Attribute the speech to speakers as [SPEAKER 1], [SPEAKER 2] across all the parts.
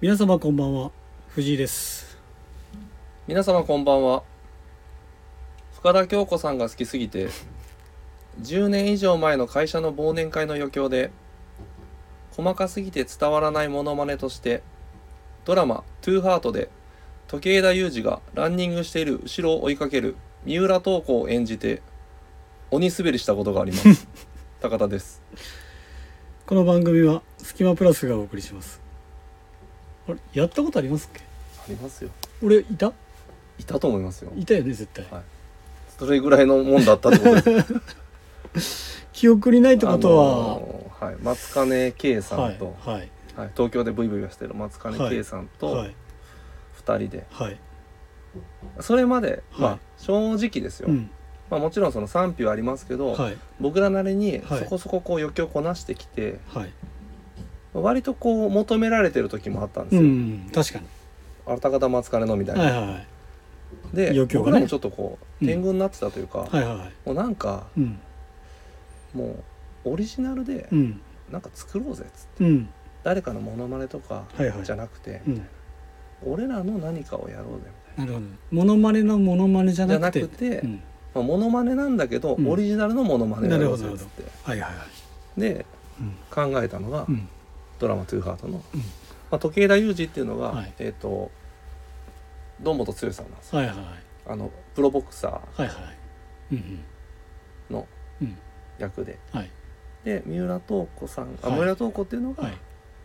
[SPEAKER 1] 皆様こんばんは藤井です
[SPEAKER 2] 皆様こんばんは深田恭子さんが好きすぎて10年以上前の会社の忘年会の余興で細かすぎて伝わらないモノマネとしてドラマ「トゥーハートで時枝裕二がランニングしている後ろを追いかける三浦透子を演じて鬼滑りしたことがあります 高田です
[SPEAKER 1] この番組はスキマプラスがお送りしますあれやったことありますっけ
[SPEAKER 2] ありますよ
[SPEAKER 1] 俺いた
[SPEAKER 2] いたと思いますよ
[SPEAKER 1] いたよね絶対、
[SPEAKER 2] はいそれぐらいのもんだったってことです
[SPEAKER 1] 記憶 にないってことは、
[SPEAKER 2] あのーはい、松金圭さ
[SPEAKER 1] は
[SPEAKER 2] ん
[SPEAKER 1] い
[SPEAKER 2] と、
[SPEAKER 1] はい
[SPEAKER 2] はい、東京でブイブイはしてる松金圭さんと
[SPEAKER 1] はい
[SPEAKER 2] 2人で、
[SPEAKER 1] はい
[SPEAKER 2] それまで、
[SPEAKER 1] はい
[SPEAKER 2] まあ正直ですよ、
[SPEAKER 1] うん
[SPEAKER 2] まあ、もちろんその賛否はありますけど、
[SPEAKER 1] はい
[SPEAKER 2] 僕らなりに
[SPEAKER 1] はい
[SPEAKER 2] そこそここう余興こなしてきて、
[SPEAKER 1] はい
[SPEAKER 2] 割とこう求められてる時もあったんで
[SPEAKER 1] う
[SPEAKER 2] すよ、
[SPEAKER 1] ん確かに
[SPEAKER 2] あらたかた松金のみたいな。
[SPEAKER 1] はいはいはい
[SPEAKER 2] で、
[SPEAKER 1] 余興がね
[SPEAKER 2] 僕らもちょっとこ
[SPEAKER 1] う
[SPEAKER 2] うん天狗になってたというか、
[SPEAKER 1] はいはいはい
[SPEAKER 2] もうなんか
[SPEAKER 1] うん
[SPEAKER 2] もうオリジナルで
[SPEAKER 1] うん
[SPEAKER 2] なんか作ろうぜっつって
[SPEAKER 1] うん
[SPEAKER 2] 誰かのモノマネとか
[SPEAKER 1] はいはい
[SPEAKER 2] じゃなくて、
[SPEAKER 1] うん
[SPEAKER 2] 俺らの何かをやろうぜみた
[SPEAKER 1] な
[SPEAKER 2] いな。
[SPEAKER 1] るほどモノマネのモノマネじゃ
[SPEAKER 2] じゃ
[SPEAKER 1] な
[SPEAKER 2] な
[SPEAKER 1] くて
[SPEAKER 2] くて、
[SPEAKER 1] うん、
[SPEAKER 2] まあ、モノマネなんだけど、
[SPEAKER 1] うん
[SPEAKER 2] オリジナルのモノマネだろう
[SPEAKER 1] な
[SPEAKER 2] ぜ
[SPEAKER 1] るほ
[SPEAKER 2] っ
[SPEAKER 1] ど
[SPEAKER 2] つって
[SPEAKER 1] はいはいはい
[SPEAKER 2] で
[SPEAKER 1] うん
[SPEAKER 2] 考えたのが、
[SPEAKER 1] うん
[SPEAKER 2] ドラマ「トゥーハートの」
[SPEAKER 1] うん
[SPEAKER 2] まあ、時枝裕二っていうのが、
[SPEAKER 1] はい
[SPEAKER 2] えっ、と堂本剛さんなんですよ
[SPEAKER 1] はいはいはい
[SPEAKER 2] あのプロボクサ
[SPEAKER 1] はいはいうん
[SPEAKER 2] ーの
[SPEAKER 1] うんうん
[SPEAKER 2] 役で
[SPEAKER 1] はい
[SPEAKER 2] で三浦透子さんあ、
[SPEAKER 1] はい
[SPEAKER 2] 三浦透子っていうのが
[SPEAKER 1] はい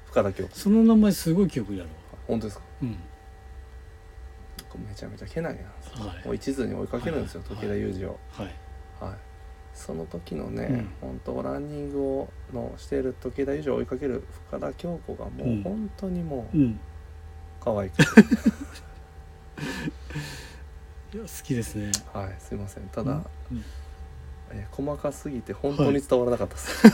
[SPEAKER 2] 深田恭子、
[SPEAKER 1] その名前すごい記憶にあるわ
[SPEAKER 2] 本当ですか
[SPEAKER 1] うん
[SPEAKER 2] めちゃめちゃけなげなんですよ
[SPEAKER 1] はい
[SPEAKER 2] もう一途に追いかけるんですよ、
[SPEAKER 1] はいはい
[SPEAKER 2] 時枝裕二を、
[SPEAKER 1] はい
[SPEAKER 2] はい、その時のね、
[SPEAKER 1] うん
[SPEAKER 2] 本当ランニングをのしている時枝裕二を追いかける深田恭子がもう、
[SPEAKER 1] うん
[SPEAKER 2] 本当にも
[SPEAKER 1] う
[SPEAKER 2] うん可愛くて、
[SPEAKER 1] いや好きですね
[SPEAKER 2] はいすいませんただ、
[SPEAKER 1] うんうん
[SPEAKER 2] えー細かすぎて本当に伝わらなかったです、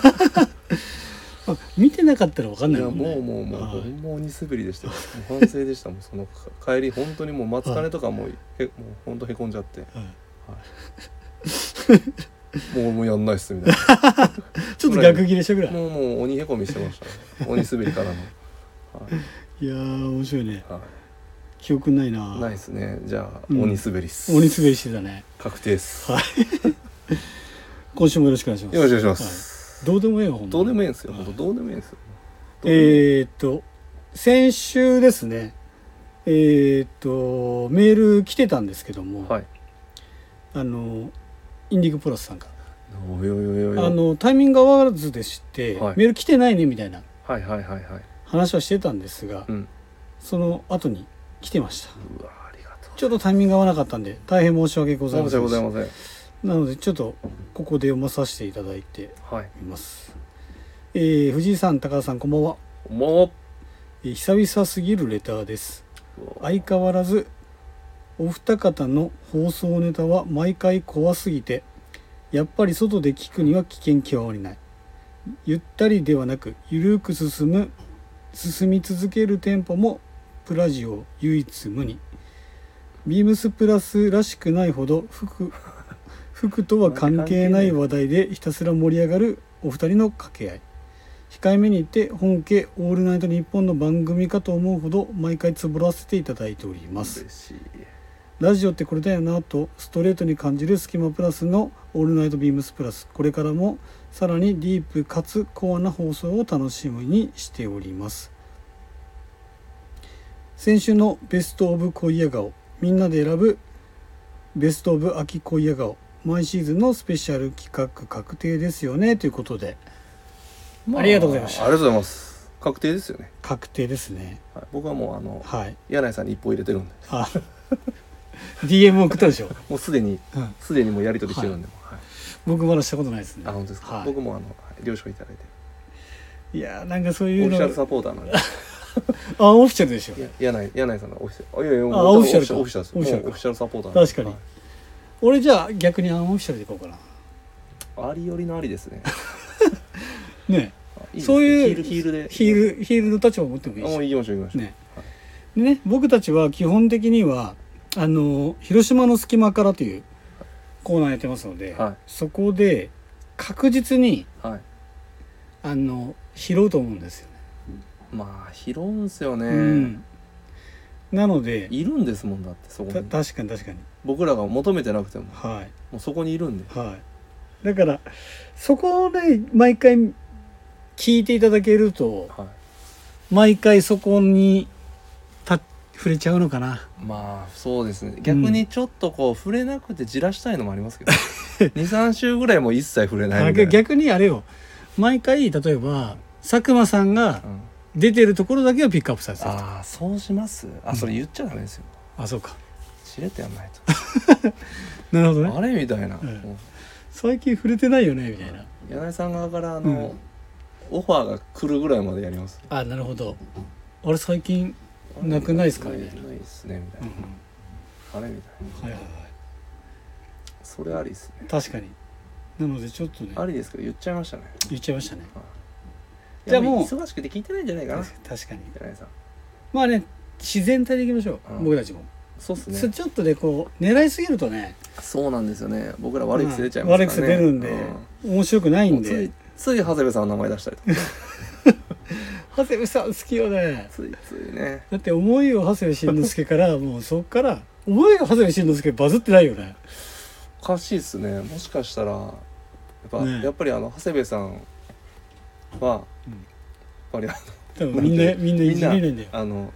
[SPEAKER 1] あ見てなかったら分かん
[SPEAKER 2] い、
[SPEAKER 1] ない
[SPEAKER 2] や
[SPEAKER 1] もんね
[SPEAKER 2] もうもうもう、
[SPEAKER 1] はい
[SPEAKER 2] ほんま鬼滑りで したよもう反省でしたもんその帰り本当にもう松金とかもう,、へもう本当へこんじゃって、
[SPEAKER 1] はい
[SPEAKER 2] もうもうやんないっすみたい
[SPEAKER 1] ちょっと逆切れしたぐら
[SPEAKER 2] な
[SPEAKER 1] い
[SPEAKER 2] もうもう鬼へこみしてました、ね、鬼滑りからの、はい
[SPEAKER 1] いやー面白いね
[SPEAKER 2] は
[SPEAKER 1] 記憶ない
[SPEAKER 2] い、ない
[SPEAKER 1] な
[SPEAKER 2] ですねじゃあ、
[SPEAKER 1] うん
[SPEAKER 2] 鬼滑りっす
[SPEAKER 1] 鬼滑りしてたね
[SPEAKER 2] 確定っす、
[SPEAKER 1] はい今週もよろしくお願いします
[SPEAKER 2] よろしくお願いします、
[SPEAKER 1] はいどうでもええわほんま
[SPEAKER 2] どうでもいいんですよ、
[SPEAKER 1] はい
[SPEAKER 2] 本当どうでもいいんですよ
[SPEAKER 1] えーっと先週ですねえーっとメール来てたんですけども、
[SPEAKER 2] はい
[SPEAKER 1] あのインディグプラスさんから
[SPEAKER 2] およよよよ
[SPEAKER 1] あのタイミング合わずでして、
[SPEAKER 2] はい
[SPEAKER 1] メール来てないねみたいな
[SPEAKER 2] はいはいはいはい
[SPEAKER 1] 話はしてたんですが、
[SPEAKER 2] うん
[SPEAKER 1] その後に来てました
[SPEAKER 2] うわありがとう
[SPEAKER 1] ちょっとタイミング合わなかったんで大変申し訳ございません
[SPEAKER 2] 申し訳ございま
[SPEAKER 1] なのでちょっとここで読まさせていただいて
[SPEAKER 2] せんはい
[SPEAKER 1] います、えー藤井さん高田さんこんばんは、
[SPEAKER 2] も
[SPEAKER 1] えー久々すぎるレターです
[SPEAKER 2] う
[SPEAKER 1] 相変わらずお二方の放送ネタは毎回怖すぎてやっぱり外で聞くには危険極まりないゆったりではなくゆるく進む進み続けるテンポもプラジオ唯一無二ビームスプラスらしくないほど服服とは関係ない話題でひたすら盛り上がるお二人の掛け合い控えめに言って本家「オールナイトニッポン」の番組かと思うほど毎回つぶらせていただいております
[SPEAKER 2] 嬉しい
[SPEAKER 1] ラジオってこれだよなとストレートに感じるスキマプラスの「オールナイトビームスプラス」これからもさらにディープかつコアな放送を楽しみにしております先週の「ベスト・オブ・恋や顔」みんなで選ぶ「ベスト・オブ・秋恋や顔」毎シーズンのスペシャル企画確定ですよねということで
[SPEAKER 2] ま
[SPEAKER 1] ありがとうございました
[SPEAKER 2] ありがとうございます確定ですよね、
[SPEAKER 1] 確定ですね
[SPEAKER 2] はい、僕はもうあの
[SPEAKER 1] はい
[SPEAKER 2] 柳井さんに一歩入れてるんで
[SPEAKER 1] あ DM 送ったでしょ、
[SPEAKER 2] もうすでに
[SPEAKER 1] うん、
[SPEAKER 2] すでにもうやり取りしてるんで、はい
[SPEAKER 1] 僕まだしたことないですね
[SPEAKER 2] あ本当ですか、
[SPEAKER 1] はい
[SPEAKER 2] 僕もあの了承いただいて
[SPEAKER 1] いやーなんかそうい
[SPEAKER 2] オ
[SPEAKER 1] う
[SPEAKER 2] フィシャル
[SPEAKER 1] の
[SPEAKER 2] サポーターなんで
[SPEAKER 1] あオフィシャルでしょ
[SPEAKER 2] いや 柳井柳井さんのオフィシャルあいやいや
[SPEAKER 1] あ
[SPEAKER 2] もう
[SPEAKER 1] オフィシャルか
[SPEAKER 2] オフィシャルですもうオフ
[SPEAKER 1] オ
[SPEAKER 2] ィ
[SPEAKER 1] フィ
[SPEAKER 2] シャルサポーターなんで
[SPEAKER 1] 確かに、俺じゃあ逆にアンオフィシャルでいこうかな
[SPEAKER 2] はいありよりのありですね
[SPEAKER 1] ね
[SPEAKER 2] あいいですね
[SPEAKER 1] そういう
[SPEAKER 2] ヒールヒールで
[SPEAKER 1] ヒールヒールの立場を持ってもい
[SPEAKER 2] あもう
[SPEAKER 1] い
[SPEAKER 2] 行きましょう行きまし
[SPEAKER 1] し
[SPEAKER 2] ょう、
[SPEAKER 1] ねでね僕たちは基本的にはあの広島の隙間からというコーナーやってますので、
[SPEAKER 2] はい
[SPEAKER 1] そこで確実に
[SPEAKER 2] はい
[SPEAKER 1] あの拾うと思うんですよね
[SPEAKER 2] まあ拾うんすよね、
[SPEAKER 1] うん、なので
[SPEAKER 2] いるんですもんだってそこ
[SPEAKER 1] た
[SPEAKER 2] に
[SPEAKER 1] 確かに確かに
[SPEAKER 2] 僕らが求めてなくても
[SPEAKER 1] はい
[SPEAKER 2] もうそこにいるんで
[SPEAKER 1] はいだからそこで毎回聞いていただけると
[SPEAKER 2] はい
[SPEAKER 1] 毎回そこにた触れちゃうのかな
[SPEAKER 2] まあそうですね逆にちょっとこう触れなくてじらしたいのもありますけど、23週 ぐらいもう一切触れないみたいな
[SPEAKER 1] 逆にあれよ毎回例えば佐久間さんが
[SPEAKER 2] うん
[SPEAKER 1] 出てるところだけをピックアップさせてると
[SPEAKER 2] ああそうしますあそれ言っちゃダメですよ
[SPEAKER 1] あそうか
[SPEAKER 2] 知れてやんないと
[SPEAKER 1] なるほどね
[SPEAKER 2] あれみたいな、
[SPEAKER 1] うん
[SPEAKER 2] も
[SPEAKER 1] 最近触れてないよねみたいな
[SPEAKER 2] う柳井さん側からあの、オファーが来るぐらいまでやります
[SPEAKER 1] あなるほどあれ最近なくないっすか
[SPEAKER 2] な
[SPEAKER 1] ね
[SPEAKER 2] いないっすねみたいな、あれみ
[SPEAKER 1] は
[SPEAKER 2] たいな
[SPEAKER 1] いはいはい
[SPEAKER 2] それありですね
[SPEAKER 1] 確かになのでちょっとね
[SPEAKER 2] ありですけど言っちゃいましたね
[SPEAKER 1] 言っちゃいましたね
[SPEAKER 2] はい
[SPEAKER 1] じゃあもう
[SPEAKER 2] いや忙しくて聞いてないんじゃないかな
[SPEAKER 1] 確かに
[SPEAKER 2] 柳井さん
[SPEAKER 1] まあね自然体でいきましょう、
[SPEAKER 2] うん
[SPEAKER 1] 僕たちも、
[SPEAKER 2] そうっす
[SPEAKER 1] そ
[SPEAKER 2] ね
[SPEAKER 1] ちょっとねこう狙いすぎるとね
[SPEAKER 2] そうなんですよね僕ら悪い癖出ちゃいますからね、
[SPEAKER 1] うん悪い癖出るんで、面白くな
[SPEAKER 2] う
[SPEAKER 1] い
[SPEAKER 2] んも
[SPEAKER 1] ん
[SPEAKER 2] うつい
[SPEAKER 1] で
[SPEAKER 2] つい長谷部さんの名前出したりとか
[SPEAKER 1] 長谷部さん好きよね
[SPEAKER 2] ついついね
[SPEAKER 1] だって思いを長谷部慎之介から もうそっから思いが長谷部慎之介バズってないよね
[SPEAKER 2] おかしいっすねもしかしたらやっぱ,、
[SPEAKER 1] ね
[SPEAKER 2] やっぱりあの長谷部さんは、
[SPEAKER 1] うん
[SPEAKER 2] やっぱりあ
[SPEAKER 1] 多分みんなみんないじれないんだよ
[SPEAKER 2] のあの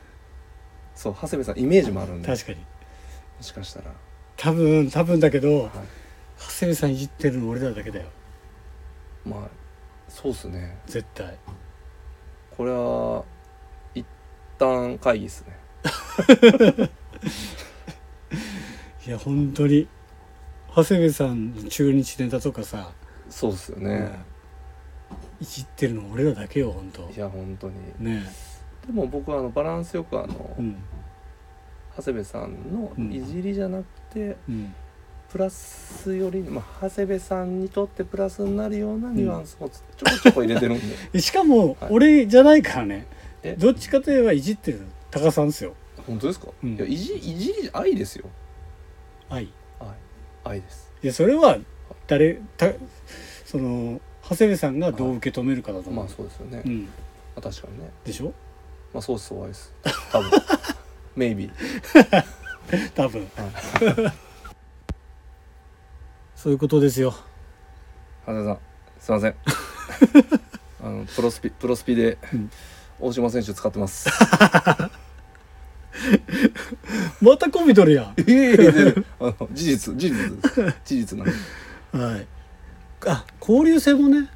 [SPEAKER 2] そう長谷部さんイメージもあるんでも
[SPEAKER 1] 確かに
[SPEAKER 2] しかしたら、は
[SPEAKER 1] 多分多分だけど
[SPEAKER 2] い、
[SPEAKER 1] 長谷部さんいじってるの俺らだけだよ
[SPEAKER 2] まあそうっすね
[SPEAKER 1] 絶対
[SPEAKER 2] これは一旦会議っすね
[SPEAKER 1] いや本当に長谷部さんの中日ネタとかさ、
[SPEAKER 2] そうっすよね、
[SPEAKER 1] いじってるの俺らだけよ本当
[SPEAKER 2] いや本当に
[SPEAKER 1] ね
[SPEAKER 2] でも僕はあのバランスよくあの、
[SPEAKER 1] えうん
[SPEAKER 2] 長谷部さんのいじりじゃなくて、
[SPEAKER 1] うん
[SPEAKER 2] プラスより、まあ、長谷部さんにとってプラスになるようなニュアンスをちょこちょこ入れてるんで
[SPEAKER 1] しかも
[SPEAKER 2] はい
[SPEAKER 1] 俺じゃないからね、
[SPEAKER 2] え
[SPEAKER 1] どっちかといえばいじってるタカさんですよ
[SPEAKER 2] 本当ですか、
[SPEAKER 1] うん
[SPEAKER 2] いやいじいじり愛ですよ
[SPEAKER 1] はい
[SPEAKER 2] 愛愛です
[SPEAKER 1] いやそれは誰たその長谷部さんがどう受け止めるかだと思
[SPEAKER 2] ま
[SPEAKER 1] う、
[SPEAKER 2] あそうですよね、
[SPEAKER 1] う
[SPEAKER 2] ま
[SPEAKER 1] ん、
[SPEAKER 2] あ、確かにね
[SPEAKER 1] でしょ
[SPEAKER 2] まあそうですそう愛です多 分 maybe
[SPEAKER 1] 多分
[SPEAKER 2] はい
[SPEAKER 1] そういうことですよ
[SPEAKER 2] 長谷部さんすいませ んあのプロスピプロスピで、
[SPEAKER 1] うん
[SPEAKER 2] 大島選手使ってます
[SPEAKER 1] またコビ取るや
[SPEAKER 2] ええ全然 あの事実事実です事実なんで
[SPEAKER 1] んはいあ交流戦もね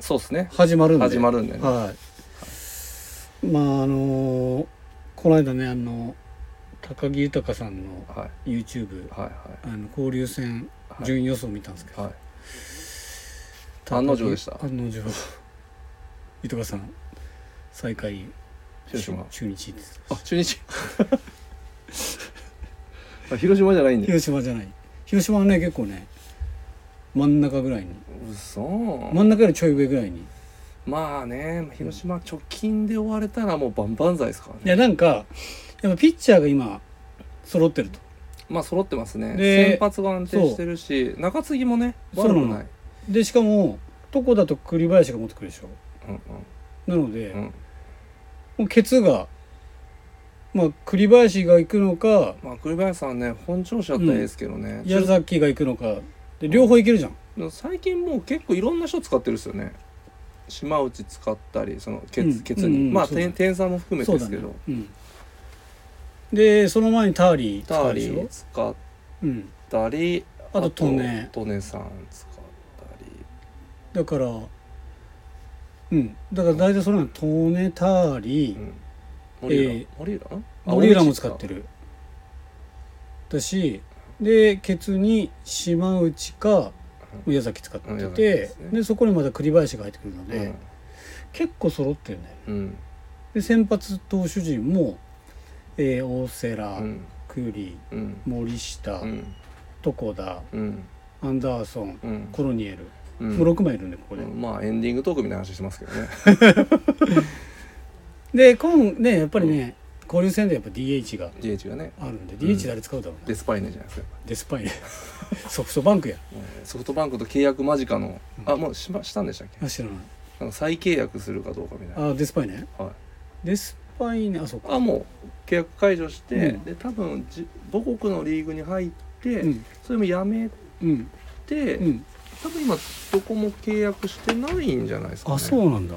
[SPEAKER 2] そうですね
[SPEAKER 1] 始まるんで
[SPEAKER 2] 始まるんでね
[SPEAKER 1] はいまああのーこの間ねあの高木豊さんの
[SPEAKER 2] はい
[SPEAKER 1] YouTube
[SPEAKER 2] はい
[SPEAKER 1] あの交流戦
[SPEAKER 2] はい
[SPEAKER 1] 順位予想見たんですけど、
[SPEAKER 2] はい案の定でした
[SPEAKER 1] 案の定糸川さん最下位
[SPEAKER 2] 広島
[SPEAKER 1] 中日です
[SPEAKER 2] あ中日 あ広島じゃないんだよ
[SPEAKER 1] 広島じゃない広島はね結構ね真ん中ぐらいに
[SPEAKER 2] うそ
[SPEAKER 1] 真
[SPEAKER 2] ま
[SPEAKER 1] ん中よりちょい上ぐらいに
[SPEAKER 2] まあね広島貯金で追われたらもう万々歳ですから
[SPEAKER 1] い
[SPEAKER 2] ね
[SPEAKER 1] やなんかやっぱピッチャーが今揃ってると
[SPEAKER 2] まあ揃ってますね
[SPEAKER 1] で
[SPEAKER 2] 先発が安定してるし中継ぎもね
[SPEAKER 1] そうな
[SPEAKER 2] 悪
[SPEAKER 1] の
[SPEAKER 2] くない
[SPEAKER 1] でしかも床だと栗林が持ってくるでしょ
[SPEAKER 2] うん
[SPEAKER 1] なので、
[SPEAKER 2] うんうん
[SPEAKER 1] もうケツがまあ栗林が行くのか
[SPEAKER 2] まあ栗林さんね本調子だったらいいですけどね、
[SPEAKER 1] 矢崎が行くのかで両方いけるじゃん
[SPEAKER 2] でも最近もう結構いろんな人使ってるっすよね島内使ったりそのケツ,、
[SPEAKER 1] うん
[SPEAKER 2] ケツ
[SPEAKER 1] うん
[SPEAKER 2] に、
[SPEAKER 1] うん
[SPEAKER 2] まあ
[SPEAKER 1] そうだね
[SPEAKER 2] 点点差も含めて
[SPEAKER 1] そう
[SPEAKER 2] で
[SPEAKER 1] だ
[SPEAKER 2] すけ
[SPEAKER 1] ね
[SPEAKER 2] ど、
[SPEAKER 1] うん、でその前にターリー
[SPEAKER 2] タ
[SPEAKER 1] 使
[SPEAKER 2] ー
[SPEAKER 1] うで
[SPEAKER 2] リ
[SPEAKER 1] し
[SPEAKER 2] ー
[SPEAKER 1] ょ、
[SPEAKER 2] 使っ
[SPEAKER 1] うん、
[SPEAKER 2] たり
[SPEAKER 1] あとトネ
[SPEAKER 2] トネさん使ったり
[SPEAKER 1] だからうんだから大体それなのトネターリー、
[SPEAKER 2] モリ
[SPEAKER 1] え
[SPEAKER 2] ーラ、モリーラあ
[SPEAKER 1] モリーラも使って
[SPEAKER 2] る
[SPEAKER 1] るだしでケツに島内か宮崎使って
[SPEAKER 2] うん
[SPEAKER 1] て
[SPEAKER 2] 矢崎
[SPEAKER 1] で,、
[SPEAKER 2] ですね
[SPEAKER 1] そこにまた栗林が入ってくるの
[SPEAKER 2] う
[SPEAKER 1] で、
[SPEAKER 2] ん、
[SPEAKER 1] 結構揃ってるね
[SPEAKER 2] うん
[SPEAKER 1] で先発投手陣も、えー、大瀬良、
[SPEAKER 2] うん
[SPEAKER 1] 栗
[SPEAKER 2] うん
[SPEAKER 1] 森下、
[SPEAKER 2] うん
[SPEAKER 1] 床田
[SPEAKER 2] うん
[SPEAKER 1] アンダーソン
[SPEAKER 2] うん
[SPEAKER 1] コロニエル、
[SPEAKER 2] うん
[SPEAKER 1] もう6枚いるんでここ
[SPEAKER 2] う
[SPEAKER 1] で、
[SPEAKER 2] んまあエンディングトークみたいな話してますけどね
[SPEAKER 1] で今ねやっぱりね、交流戦でやっぱ DH が
[SPEAKER 2] DH がね
[SPEAKER 1] あるんで
[SPEAKER 2] ん
[SPEAKER 1] DH 誰使うだろうな、
[SPEAKER 2] デスパイネじゃないですか
[SPEAKER 1] デスパイネ ソフトバンクや
[SPEAKER 2] うんソフトバンクと契約間近の
[SPEAKER 1] うん
[SPEAKER 2] あもうしましたんでしたっけ
[SPEAKER 1] あ知らない
[SPEAKER 2] なんか再契約するかどうかみたい
[SPEAKER 1] あデスパイネ
[SPEAKER 2] なはい
[SPEAKER 1] デスパイネあそうか
[SPEAKER 2] あもう契約解除して、
[SPEAKER 1] うん
[SPEAKER 2] で多分じ母国のリーグに入って、
[SPEAKER 1] うん
[SPEAKER 2] それもやめ
[SPEAKER 1] うん
[SPEAKER 2] て、
[SPEAKER 1] うん
[SPEAKER 2] 多分今どこも契約してないんじゃないですか、ね、
[SPEAKER 1] あそうなんだ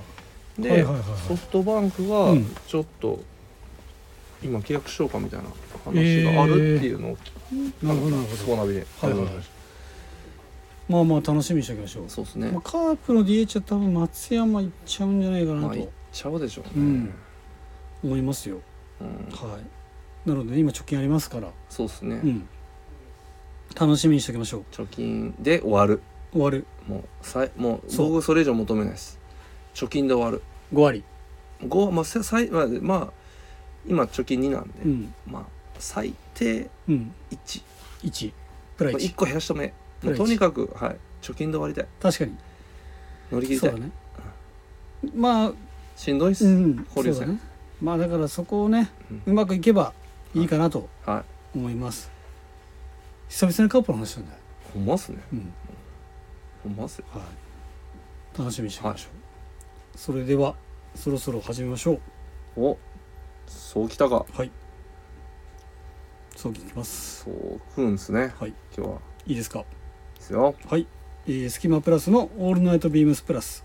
[SPEAKER 2] で、
[SPEAKER 1] はいはいはいはい
[SPEAKER 2] ソフトバンクは
[SPEAKER 1] うん
[SPEAKER 2] ちょっと今契約しようかみたいな話があるっていうのを
[SPEAKER 1] なるほどなる
[SPEAKER 2] ス
[SPEAKER 1] ほ
[SPEAKER 2] ポ
[SPEAKER 1] ど
[SPEAKER 2] ナビで
[SPEAKER 1] はいはいはいまあまあ楽しみにしておきましょう
[SPEAKER 2] そうですね
[SPEAKER 1] まあ、カープの DH は多分松山行っちゃうんじゃないか
[SPEAKER 2] ま
[SPEAKER 1] な
[SPEAKER 2] あいっ
[SPEAKER 1] と
[SPEAKER 2] ちゃうでしょうね、
[SPEAKER 1] うん思いますよ、
[SPEAKER 2] うん
[SPEAKER 1] はいなので、ね、今貯金ありますから、
[SPEAKER 2] そうですね、
[SPEAKER 1] うん、楽しみにしておきましょう
[SPEAKER 2] 貯金で終わる
[SPEAKER 1] 終わる
[SPEAKER 2] もうさいもう
[SPEAKER 1] そう
[SPEAKER 2] 僕それ以上求めないです貯金で終わる
[SPEAKER 1] 5割、
[SPEAKER 2] 5まあせ最まあ、まあ、今貯金2なんで、
[SPEAKER 1] うん
[SPEAKER 2] まあ最低
[SPEAKER 1] うん、
[SPEAKER 2] 1
[SPEAKER 1] 1プラ
[SPEAKER 2] まあ
[SPEAKER 1] 1
[SPEAKER 2] 1個減らしてもね
[SPEAKER 1] プ
[SPEAKER 2] もう
[SPEAKER 1] ラ
[SPEAKER 2] と
[SPEAKER 1] イチ
[SPEAKER 2] にかく、はい、貯金で終わりたい
[SPEAKER 1] 確かに
[SPEAKER 2] 乗り切り
[SPEAKER 1] そ
[SPEAKER 2] た
[SPEAKER 1] う
[SPEAKER 2] い、
[SPEAKER 1] だねまあ
[SPEAKER 2] しんどいっす、
[SPEAKER 1] うん
[SPEAKER 2] 交流戦
[SPEAKER 1] そうだねまあだからそこをね
[SPEAKER 2] うん
[SPEAKER 1] うまくいけばいいかなと
[SPEAKER 2] はい
[SPEAKER 1] 思います久々にカープの話したんだよ、
[SPEAKER 2] ほんまっすね
[SPEAKER 1] うん
[SPEAKER 2] ほんまっすよ
[SPEAKER 1] はい、楽しみにしておきましょう、それではそろそろ始めましょう
[SPEAKER 2] おそうきたか
[SPEAKER 1] はいそう聞きます
[SPEAKER 2] そうくんですね
[SPEAKER 1] はい
[SPEAKER 2] 今日はい
[SPEAKER 1] いですか
[SPEAKER 2] いいですよ
[SPEAKER 1] はい、えー、スキマプラスのオールナイトビームスプラス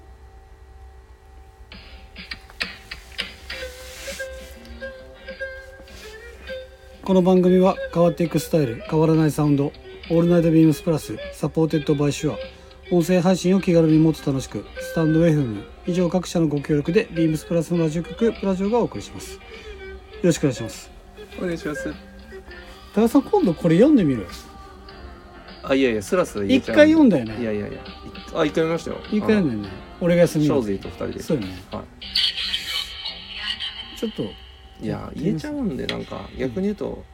[SPEAKER 1] この番組は変わっていくスタイル変わらないサウンドオールナイトビームスプラスサポーテッドバイシュア音声配信を気軽にもっと楽しくスタンド FM 以上各社のご協力でビームスプラスのラジオ局プラジオがお送りしますよろしくお願いします
[SPEAKER 2] お願いします
[SPEAKER 1] 高田さん今度これ読んでみる
[SPEAKER 2] あいやいやスラスラ言えちゃ
[SPEAKER 1] 一
[SPEAKER 2] う
[SPEAKER 1] 回読んだよね
[SPEAKER 2] いやいやいやいあ一回読みましたよ
[SPEAKER 1] いいかやねんね俺が休
[SPEAKER 2] あの
[SPEAKER 1] み
[SPEAKER 2] シ
[SPEAKER 1] な
[SPEAKER 2] ョー
[SPEAKER 1] ん
[SPEAKER 2] ズ
[SPEAKER 1] で
[SPEAKER 2] イと二人で
[SPEAKER 1] そうよね
[SPEAKER 2] は
[SPEAKER 1] ちょっと
[SPEAKER 2] い、いや言えちゃうんでなんか逆に言うと、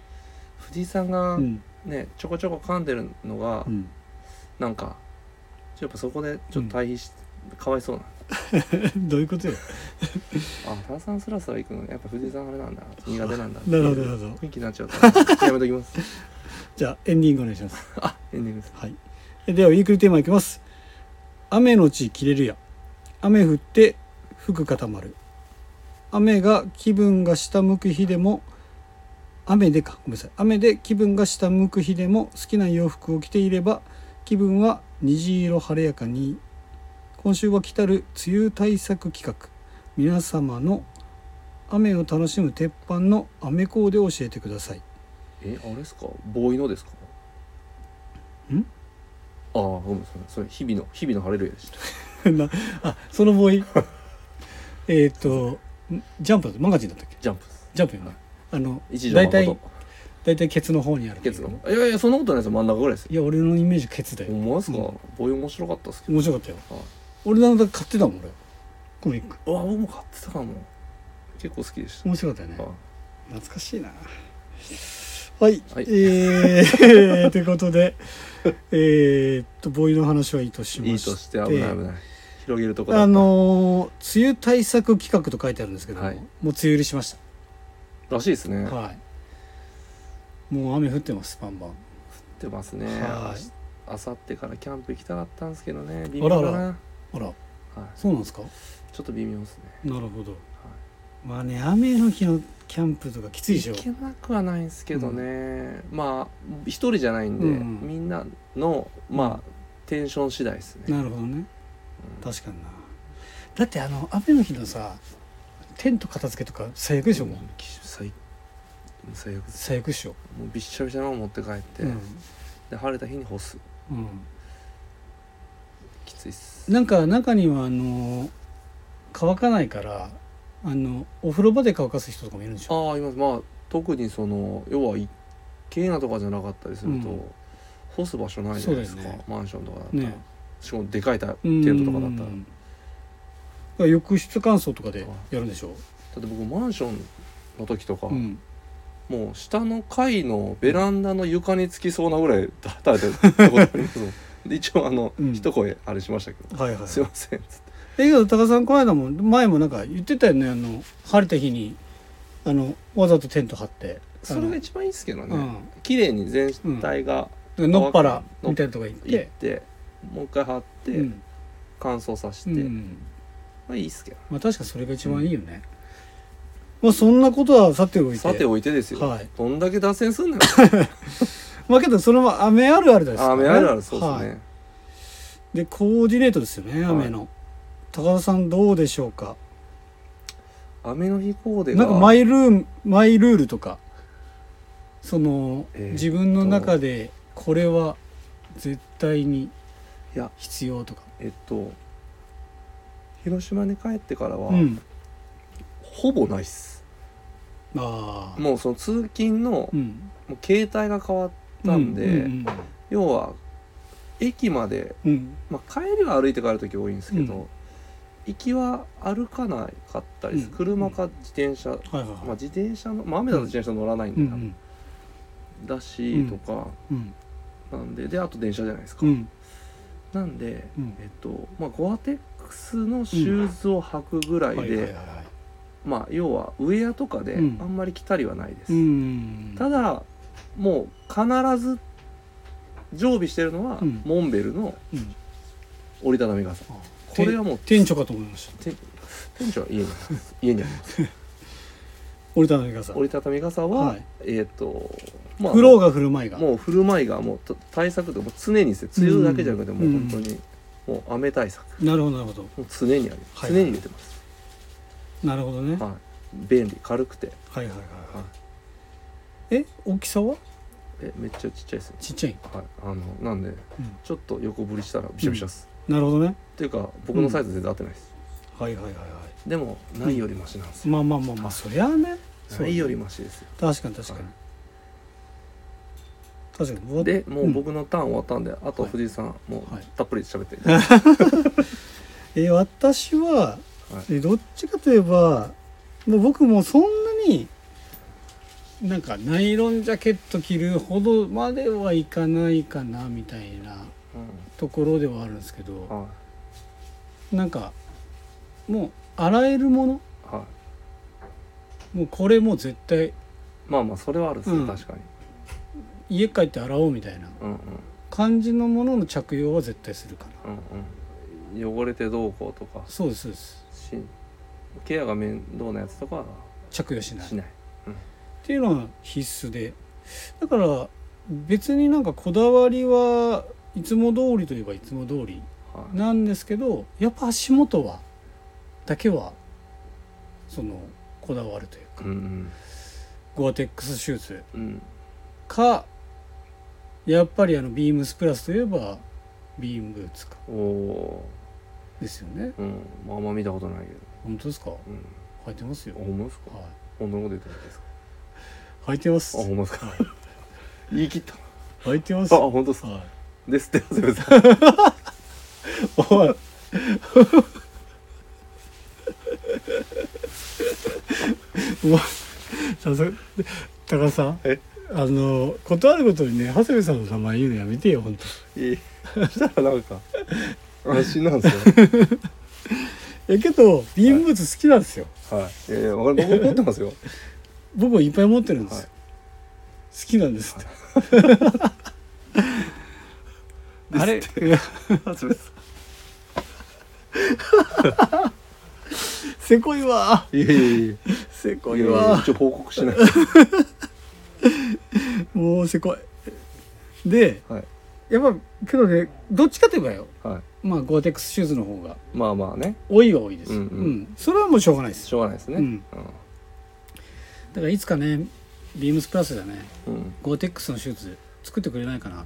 [SPEAKER 2] 藤井さんが
[SPEAKER 1] うん
[SPEAKER 2] ねちょこちょこ噛んでるのが、
[SPEAKER 1] うん
[SPEAKER 2] なんかやっぱそこでちょっと対比し、かわいそうな
[SPEAKER 1] どういうことよ。
[SPEAKER 2] あタラさんスラスラ行くのやっぱ藤井さんあれなんだ苦手なんだ
[SPEAKER 1] なるほどなるほど
[SPEAKER 2] 雰囲気になっちゃうからやめときます
[SPEAKER 1] じゃあエンディングお願いします。
[SPEAKER 2] あエンディングです
[SPEAKER 1] はい。えではウィークリーテーマいきます。雨のち切れるや。雨降って服固まる。雨が気分が下向く日でも雨でかごめんなさい雨で気分が下向く日でも好きな洋服を着ていれば気分は虹色晴れやかに今週は来たる梅雨対策企画皆様の雨を楽しむ鉄板の雨コーデを教えてください
[SPEAKER 2] えあれですかボーイのですか
[SPEAKER 1] ん
[SPEAKER 2] ああごめんなさいそれ日々の日々の晴れるやでした
[SPEAKER 1] な あその ボーイえっとんジャンプだマガジンだったっけ
[SPEAKER 2] ジャンプです
[SPEAKER 1] ジャンプよなあの
[SPEAKER 2] 一条
[SPEAKER 1] 大体
[SPEAKER 2] 誠
[SPEAKER 1] 大体ケツの方にある
[SPEAKER 2] ケツのいやいやそんなことないですよ真ん中ぐらいですよ
[SPEAKER 1] いや俺のイメージケツだ
[SPEAKER 2] ほ
[SPEAKER 1] よ
[SPEAKER 2] んまですか、
[SPEAKER 1] うん
[SPEAKER 2] ボーイ面白かったっすけど
[SPEAKER 1] 面白かったよ
[SPEAKER 2] あ
[SPEAKER 1] 俺なんだ買ってたもん俺コミック
[SPEAKER 2] あ僕も買ってたかも結構好きでし
[SPEAKER 1] 面白かったよ
[SPEAKER 2] た
[SPEAKER 1] ね
[SPEAKER 2] あ
[SPEAKER 1] 懐かしいなはい、
[SPEAKER 2] はい
[SPEAKER 1] え ーということでえーっとボーイの話はいいとし
[SPEAKER 2] いい
[SPEAKER 1] ま
[SPEAKER 2] と
[SPEAKER 1] して
[SPEAKER 2] して危ない危ない広げるとこだった
[SPEAKER 1] あのー梅雨対策企画と書いてあるんですけども、
[SPEAKER 2] はい
[SPEAKER 1] もう梅雨入りしまし
[SPEAKER 2] らしいですね
[SPEAKER 1] た
[SPEAKER 2] 降っ
[SPEAKER 1] はいもう雨降ってますバンバン
[SPEAKER 2] てますね
[SPEAKER 1] は
[SPEAKER 2] あさってからキャンプ行きたかったんですけどね微
[SPEAKER 1] あ
[SPEAKER 2] 妙
[SPEAKER 1] らあ
[SPEAKER 2] だ
[SPEAKER 1] ら
[SPEAKER 2] な
[SPEAKER 1] あら
[SPEAKER 2] はい、
[SPEAKER 1] そうなんですか
[SPEAKER 2] ちょっと微妙ですね
[SPEAKER 1] なるほどまあね雨の日のキャンプとかきついでしょ
[SPEAKER 2] 行けなくはないんですけどね、まあ一人じゃないんで、
[SPEAKER 1] うん
[SPEAKER 2] みんなのまあテンション次第ですね
[SPEAKER 1] なるほどね確かになだってあの雨の日のさテント片付けとか最悪でしょもう
[SPEAKER 2] もう最最悪です
[SPEAKER 1] 最悪でしょ、
[SPEAKER 2] もうびっしゃびしゃのまま持って帰って、
[SPEAKER 1] うん
[SPEAKER 2] で晴れた日に干す
[SPEAKER 1] う
[SPEAKER 2] きついっす
[SPEAKER 1] ん、なんか中にはあの乾かないからあのお風呂場で乾かす人とかもいるんでしょ
[SPEAKER 2] ああいますまあ特にその要は一軒家とかじゃなかったりすると、
[SPEAKER 1] うん
[SPEAKER 2] 干す場所ないじゃないですか、
[SPEAKER 1] そうだよね
[SPEAKER 2] マンションとかだったら、
[SPEAKER 1] ね
[SPEAKER 2] しかもでかいたテ
[SPEAKER 1] うん
[SPEAKER 2] ントとかだったら
[SPEAKER 1] だから浴室乾燥とかでやるんでしょ
[SPEAKER 2] だって僕マンションの時とか、
[SPEAKER 1] うん
[SPEAKER 2] もう下の階のベランダの床につきそうなぐらい叩いてるってことありますもんで一応あの、
[SPEAKER 1] うん
[SPEAKER 2] 一声あれしましたけど
[SPEAKER 1] はいはい
[SPEAKER 2] 「すいません」っつって
[SPEAKER 1] だけど高田さんこの間も前もなんか言ってたよねあの晴れた日にあのわざとテント張ってあ
[SPEAKER 2] そ
[SPEAKER 1] の
[SPEAKER 2] れが一番いいですけどね綺麗に全体が
[SPEAKER 1] のっぱらみたいなとこ行っ、
[SPEAKER 2] いってて、もう一回貼って、
[SPEAKER 1] うん
[SPEAKER 2] 乾燥させ
[SPEAKER 1] う
[SPEAKER 2] て、
[SPEAKER 1] ん
[SPEAKER 2] まあいいっすけど
[SPEAKER 1] まあ確かそれが一番いいよね、まあそんなことはさておいて
[SPEAKER 2] さておいてですよ、
[SPEAKER 1] はい
[SPEAKER 2] どんだけ脱線すんのよ
[SPEAKER 1] まあけどそれは雨あるあるですから
[SPEAKER 2] 雨あるあるそうですね、
[SPEAKER 1] はいでコーディネートですよね
[SPEAKER 2] はい
[SPEAKER 1] 雨の、高田さんどうでしょうか
[SPEAKER 2] 雨の日コーデが
[SPEAKER 1] なんかマイルームマイルールとかその、
[SPEAKER 2] えーっと
[SPEAKER 1] 自分の中でこれは絶対に
[SPEAKER 2] いや
[SPEAKER 1] 必要とか
[SPEAKER 2] えっと広島に帰ってからは、
[SPEAKER 1] うん
[SPEAKER 2] ほぼないっす
[SPEAKER 1] ああ
[SPEAKER 2] もうその通勤の
[SPEAKER 1] うん
[SPEAKER 2] もう携帯が変わったんで、
[SPEAKER 1] うん
[SPEAKER 2] 要は駅まで、
[SPEAKER 1] うんうん
[SPEAKER 2] まあ、帰りは歩いて帰る時多いんですけど、
[SPEAKER 1] うん
[SPEAKER 2] 行きは歩かなかったりです、
[SPEAKER 1] うん
[SPEAKER 2] 車か自転車、
[SPEAKER 1] はいはい
[SPEAKER 2] ま
[SPEAKER 1] は
[SPEAKER 2] あ、
[SPEAKER 1] い
[SPEAKER 2] 自転車の、まあ、雨だと自転車乗らないん
[SPEAKER 1] う
[SPEAKER 2] で、
[SPEAKER 1] ん
[SPEAKER 2] だしとか
[SPEAKER 1] うん
[SPEAKER 2] なんでであと電車じゃないですか、
[SPEAKER 1] うん
[SPEAKER 2] なんで、
[SPEAKER 1] うん
[SPEAKER 2] えっとまあ、ゴアテックスのシューズを履くぐらいで、
[SPEAKER 1] はいはいはいはい
[SPEAKER 2] まあ、要はウェアとかであ
[SPEAKER 1] うん
[SPEAKER 2] んまり着たりはないです、
[SPEAKER 1] うん
[SPEAKER 2] ただもう必ず常備してるのは、
[SPEAKER 1] うん
[SPEAKER 2] モンベルの
[SPEAKER 1] うん
[SPEAKER 2] 折りたたみ傘
[SPEAKER 1] あ
[SPEAKER 2] これはもう
[SPEAKER 1] 店長かと思いました
[SPEAKER 2] て店長は家にあります家にあります
[SPEAKER 1] 折りたたみ傘
[SPEAKER 2] 折りたたみ傘は、
[SPEAKER 1] はい
[SPEAKER 2] えっ、とま
[SPEAKER 1] 振ろうが振る舞いが
[SPEAKER 2] もう振る舞いがもうと対策でもう常にですね梅雨だけじゃなくてもう本当にもう雨対策
[SPEAKER 1] なるほどなるほど
[SPEAKER 2] もう常にあります、
[SPEAKER 1] はい
[SPEAKER 2] 常に出てます、
[SPEAKER 1] なるほどね
[SPEAKER 2] はい便利軽くて
[SPEAKER 1] はいはいはいはいえ大きさは
[SPEAKER 2] えめっちゃちっちゃいですね
[SPEAKER 1] ちっちゃい、
[SPEAKER 2] はいあのなんで
[SPEAKER 1] うん
[SPEAKER 2] ちょっと横振りしたらびしゃびしゃっす、
[SPEAKER 1] なるほどね
[SPEAKER 2] っていうか僕のサイズ全然合ってないです、
[SPEAKER 1] はいはいはいは
[SPEAKER 2] でもないよりマシなんです
[SPEAKER 1] い
[SPEAKER 2] よ、
[SPEAKER 1] まあまあまあまあそりゃあねそう
[SPEAKER 2] ないよりマシですよ
[SPEAKER 1] 確かに確かに、
[SPEAKER 2] はい
[SPEAKER 1] 確かにわ
[SPEAKER 2] でもううん僕のターン終わったんで、あとは藤井さん、もう
[SPEAKER 1] はい
[SPEAKER 2] たっぷり喋 って、
[SPEAKER 1] えー私は、えーどっちかといえばもう僕もそんなになんかナイロンジャケット着るほどまではいかないかなみたいなところではあるんですけど
[SPEAKER 2] うん、は
[SPEAKER 1] なんかもうあらゆるもの
[SPEAKER 2] いはい
[SPEAKER 1] もうこれもう絶対
[SPEAKER 2] まあまあそれはあるっすね、
[SPEAKER 1] うん
[SPEAKER 2] 確かに
[SPEAKER 1] 家帰って洗おうみたいな
[SPEAKER 2] うんうん
[SPEAKER 1] 感じのものの着用は絶対するかな
[SPEAKER 2] うんうん汚れてどうこうとか
[SPEAKER 1] そうですそうです
[SPEAKER 2] しケアが面倒なやつとかは
[SPEAKER 1] 着用しない
[SPEAKER 2] しない
[SPEAKER 1] っていうのは必須でだから別になんかこだわりはいつも通りといえばいつも通り
[SPEAKER 2] はい
[SPEAKER 1] なんですけどやっぱ足元はだけはそのこだわるというか
[SPEAKER 2] うん
[SPEAKER 1] ゴアテックスシューズ
[SPEAKER 2] うんうん
[SPEAKER 1] かやっぱりあのビームスプラスといえばビームブーツか
[SPEAKER 2] おお
[SPEAKER 1] ですよね
[SPEAKER 2] ーうんまああんま見たことないけど
[SPEAKER 1] 本当ですか
[SPEAKER 2] うん
[SPEAKER 1] 履いてますよ
[SPEAKER 2] あほんまですか
[SPEAKER 1] は
[SPEAKER 2] ほんなこと言ってないですか
[SPEAKER 1] い履いてます
[SPEAKER 2] あほんまですか 言い切った あ
[SPEAKER 1] 履いてますは
[SPEAKER 2] 本当っすか
[SPEAKER 1] い
[SPEAKER 2] ですって長谷部さ
[SPEAKER 1] お
[SPEAKER 2] ん
[SPEAKER 1] いお前さす高田さん
[SPEAKER 2] え
[SPEAKER 1] あの断るごとにね長谷部さんの名前言うのやめてよ本
[SPEAKER 2] いいそしたらなんか安心なんですよ
[SPEAKER 1] 当えけどビームブーツ好きなんですよ、
[SPEAKER 2] はいいやいやわかる僕持ってますよ
[SPEAKER 1] 僕もいっぱい持ってるんですよ、
[SPEAKER 2] はい
[SPEAKER 1] 好きなんですって、あ れ
[SPEAKER 2] 長谷部さ
[SPEAKER 1] せこいわ
[SPEAKER 2] んいやいやいや
[SPEAKER 1] せこ
[SPEAKER 2] い
[SPEAKER 1] い
[SPEAKER 2] やいや
[SPEAKER 1] わ
[SPEAKER 2] 一応報告しない
[SPEAKER 1] もうせこいで
[SPEAKER 2] はい
[SPEAKER 1] やっぱけどねどっちかといえばよ
[SPEAKER 2] はい
[SPEAKER 1] まあゴアテックスシューズの方が
[SPEAKER 2] まあまあね
[SPEAKER 1] 多いは多いです、
[SPEAKER 2] う
[SPEAKER 1] うんん
[SPEAKER 2] うん
[SPEAKER 1] それはもうしょうがないです
[SPEAKER 2] しょうがないですね
[SPEAKER 1] う
[SPEAKER 2] うんん
[SPEAKER 1] だからいつかねビームスプラスだね
[SPEAKER 2] うん
[SPEAKER 1] ゴーテックスのシューズ作ってくれないかな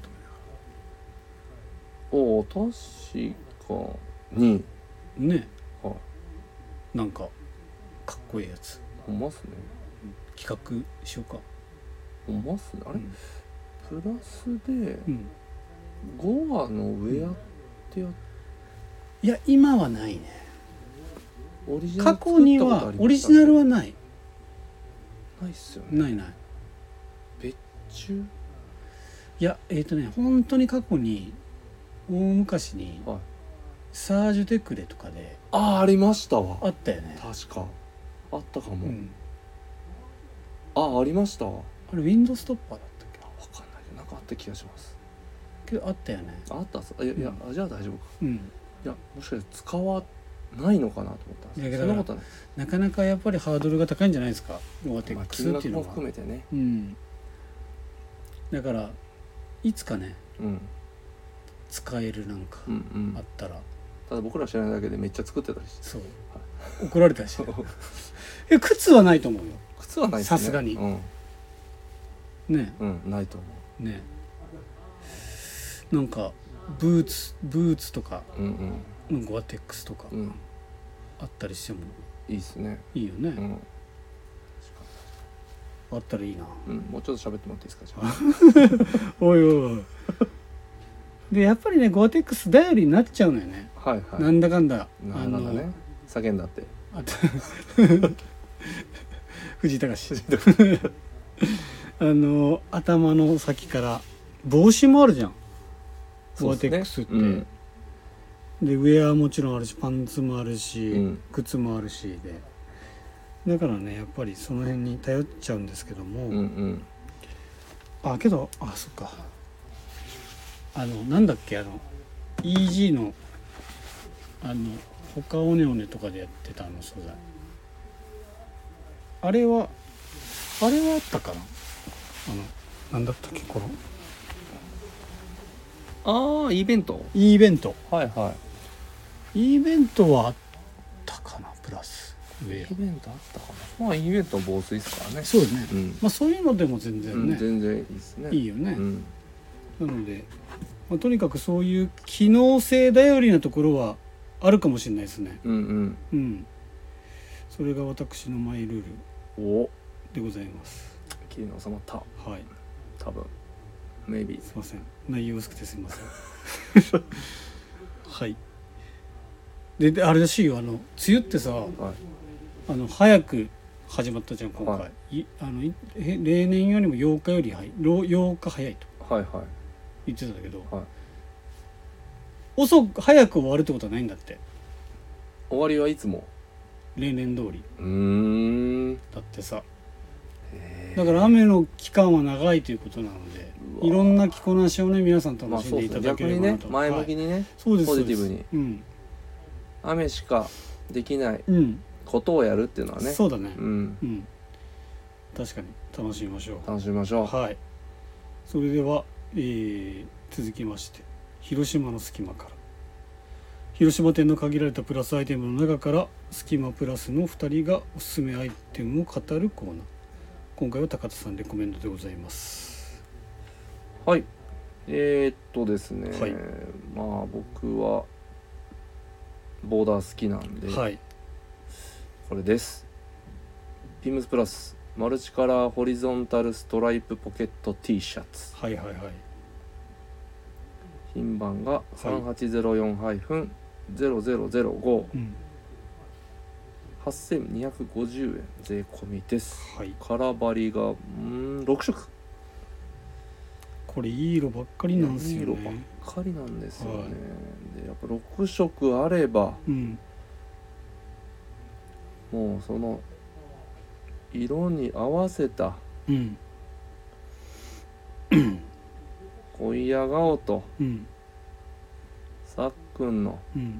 [SPEAKER 1] と
[SPEAKER 2] おお確かに
[SPEAKER 1] 思うね
[SPEAKER 2] あ
[SPEAKER 1] なんかかっこいいやつ
[SPEAKER 2] ほんまっすね
[SPEAKER 1] 企画しようか
[SPEAKER 2] ほんまっすねあ
[SPEAKER 1] う
[SPEAKER 2] れ
[SPEAKER 1] ん
[SPEAKER 2] プラスで
[SPEAKER 1] うん
[SPEAKER 2] ゴアのウェアってや
[SPEAKER 1] いや今はないね
[SPEAKER 2] オリジナル
[SPEAKER 1] 過去にはオリジナルはない
[SPEAKER 2] ないっすよね
[SPEAKER 1] ないない
[SPEAKER 2] 別注
[SPEAKER 1] いやえっ、とね本当に過去に大昔に
[SPEAKER 2] はい
[SPEAKER 1] サージュテクレとかで
[SPEAKER 2] ああありましたわ
[SPEAKER 1] あったよね、
[SPEAKER 2] 確かあったか
[SPEAKER 1] う
[SPEAKER 2] も
[SPEAKER 1] ん、
[SPEAKER 2] ああありましたわわ
[SPEAKER 1] あれウィンドウストッパーだったっ
[SPEAKER 2] かんないけどなんかあった気がします
[SPEAKER 1] けけどあったよね
[SPEAKER 2] ああったっすあいやいやあじゃあ大丈夫か
[SPEAKER 1] うん
[SPEAKER 2] いやもしかして使わないのかなと思ったんです
[SPEAKER 1] いや
[SPEAKER 2] けど
[SPEAKER 1] だ
[SPEAKER 2] そ
[SPEAKER 1] から
[SPEAKER 2] んなことない、
[SPEAKER 1] なかなかやっぱりハードルが高いんじゃないですかロアテ
[SPEAKER 2] ま
[SPEAKER 1] ッ
[SPEAKER 2] あ、
[SPEAKER 1] クス
[SPEAKER 2] 金
[SPEAKER 1] ってい
[SPEAKER 2] 額
[SPEAKER 1] うの
[SPEAKER 2] も
[SPEAKER 1] は、
[SPEAKER 2] 含めてね
[SPEAKER 1] うんだからいつかね
[SPEAKER 2] うん
[SPEAKER 1] 使えるなんか
[SPEAKER 2] うんう
[SPEAKER 1] あっ
[SPEAKER 2] ん
[SPEAKER 1] たら、
[SPEAKER 2] ただ僕ら知らないだけでめっちゃ作ってたりして
[SPEAKER 1] そう怒られたしえ靴はないと思うよ
[SPEAKER 2] 靴はないですね
[SPEAKER 1] さすがに
[SPEAKER 2] うん、
[SPEAKER 1] ね
[SPEAKER 2] うん、ないと思
[SPEAKER 1] ねなんかブーツブーツとか
[SPEAKER 2] ううん
[SPEAKER 1] うんゴアテックスとか
[SPEAKER 2] うんうん
[SPEAKER 1] あったりしても
[SPEAKER 2] いいですね
[SPEAKER 1] いいよね、
[SPEAKER 2] うん、
[SPEAKER 1] あったらいいな
[SPEAKER 2] うん、もうちょっと喋ってもらっていいですかじゃ
[SPEAKER 1] おいおいおいでやっぱりねゴアテックス頼りになっちゃうのよね、
[SPEAKER 2] あはいはい
[SPEAKER 1] なんだかんだ
[SPEAKER 2] ななんだね叫んだって
[SPEAKER 1] あと 藤井 隆あの頭の先から帽子もあるじゃんゴアテックスって
[SPEAKER 2] そうですね
[SPEAKER 1] でウェアもちろんあるしパンツもあるし、
[SPEAKER 2] うん
[SPEAKER 1] 靴もあるしでだからねやっぱりその辺に頼っちゃうんですけども、
[SPEAKER 2] うん、うん
[SPEAKER 1] あけどあそっかあのなんだっけあの EG のあの他オネオネとかでやってたあの素材あれはあれはあったかなあのなんだったっけこの
[SPEAKER 2] うんああイベント
[SPEAKER 1] E ベント
[SPEAKER 2] はいはい
[SPEAKER 1] E ベントはあったかなプラス上
[SPEAKER 2] イベントあったかなまあイベントは防水ですからね
[SPEAKER 1] そうですね、
[SPEAKER 2] うん、
[SPEAKER 1] まあそういうのでも全
[SPEAKER 2] う
[SPEAKER 1] 然
[SPEAKER 2] ん
[SPEAKER 1] ね、
[SPEAKER 2] 全然いいですね
[SPEAKER 1] いいよね、
[SPEAKER 2] うん
[SPEAKER 1] なので、まあ、とにかくそういう機能性頼りなところはあるかもしれないですね
[SPEAKER 2] うん
[SPEAKER 1] うんそれが私のマイルール
[SPEAKER 2] うんお
[SPEAKER 1] でございます
[SPEAKER 2] 綺麗に収まった
[SPEAKER 1] はい
[SPEAKER 2] 多分 maybe
[SPEAKER 1] すいません内容薄くてすいません はいでであれらしいよあの梅雨ってさ
[SPEAKER 2] はい
[SPEAKER 1] あの早く始まったじゃん今回、、
[SPEAKER 2] はい
[SPEAKER 1] あのいへ例年よりも8日より早いろ8日早いと
[SPEAKER 2] はいはい
[SPEAKER 1] 言ってたんだけど、
[SPEAKER 2] はい
[SPEAKER 1] 遅く早く終わるってことはないんだって
[SPEAKER 2] 終わりはいつも
[SPEAKER 1] 例年通り
[SPEAKER 2] うーん
[SPEAKER 1] だってさ
[SPEAKER 2] へ
[SPEAKER 1] だから雨の期間は長いということなので
[SPEAKER 2] うわー
[SPEAKER 1] いろんな着こなしをね皆さん
[SPEAKER 2] まあ
[SPEAKER 1] 楽しん
[SPEAKER 2] そう
[SPEAKER 1] でい
[SPEAKER 2] ですね
[SPEAKER 1] ただ
[SPEAKER 2] 逆
[SPEAKER 1] けれ
[SPEAKER 2] に
[SPEAKER 1] ば
[SPEAKER 2] ね
[SPEAKER 1] なと、
[SPEAKER 2] 前向
[SPEAKER 1] はい
[SPEAKER 2] きにね
[SPEAKER 1] そうです
[SPEAKER 2] ポジティブに
[SPEAKER 1] そうですうん、
[SPEAKER 2] 雨しかできない
[SPEAKER 1] うん
[SPEAKER 2] ことをやるっていうのはね
[SPEAKER 1] そうだね
[SPEAKER 2] うん
[SPEAKER 1] うん確かに楽しみましょ
[SPEAKER 2] 楽しみまし
[SPEAKER 1] う
[SPEAKER 2] ょう
[SPEAKER 1] はいそれでは、えー続きまして広島の隙間から広島店の限られたプラスアイテムの中から隙間プラスの2人がおすすめアイテムを語るコーナー今回は高田さんレコメンドでございます
[SPEAKER 2] はい。えーっとですね、
[SPEAKER 1] はい
[SPEAKER 2] まあ僕はボーダー好きなんで、
[SPEAKER 1] はい
[SPEAKER 2] これです。ビームスプラスマルチカラーホリゾンタルストライプポケット T シャツ
[SPEAKER 1] はいはいはい
[SPEAKER 2] 品番が
[SPEAKER 1] う
[SPEAKER 2] 3804-00058250
[SPEAKER 1] ん
[SPEAKER 2] 円税込みです。
[SPEAKER 1] はい
[SPEAKER 2] カラーバリがうーん6色
[SPEAKER 1] これいい色ばっかりなんですよ
[SPEAKER 2] 色ばっ
[SPEAKER 1] ね
[SPEAKER 2] かりなんですよね、
[SPEAKER 1] はい
[SPEAKER 2] でやっぱ6色あれば
[SPEAKER 1] うん
[SPEAKER 2] もうその色に合わせた
[SPEAKER 1] うん
[SPEAKER 2] 恋や顔と
[SPEAKER 1] うん
[SPEAKER 2] さっくんの
[SPEAKER 1] うん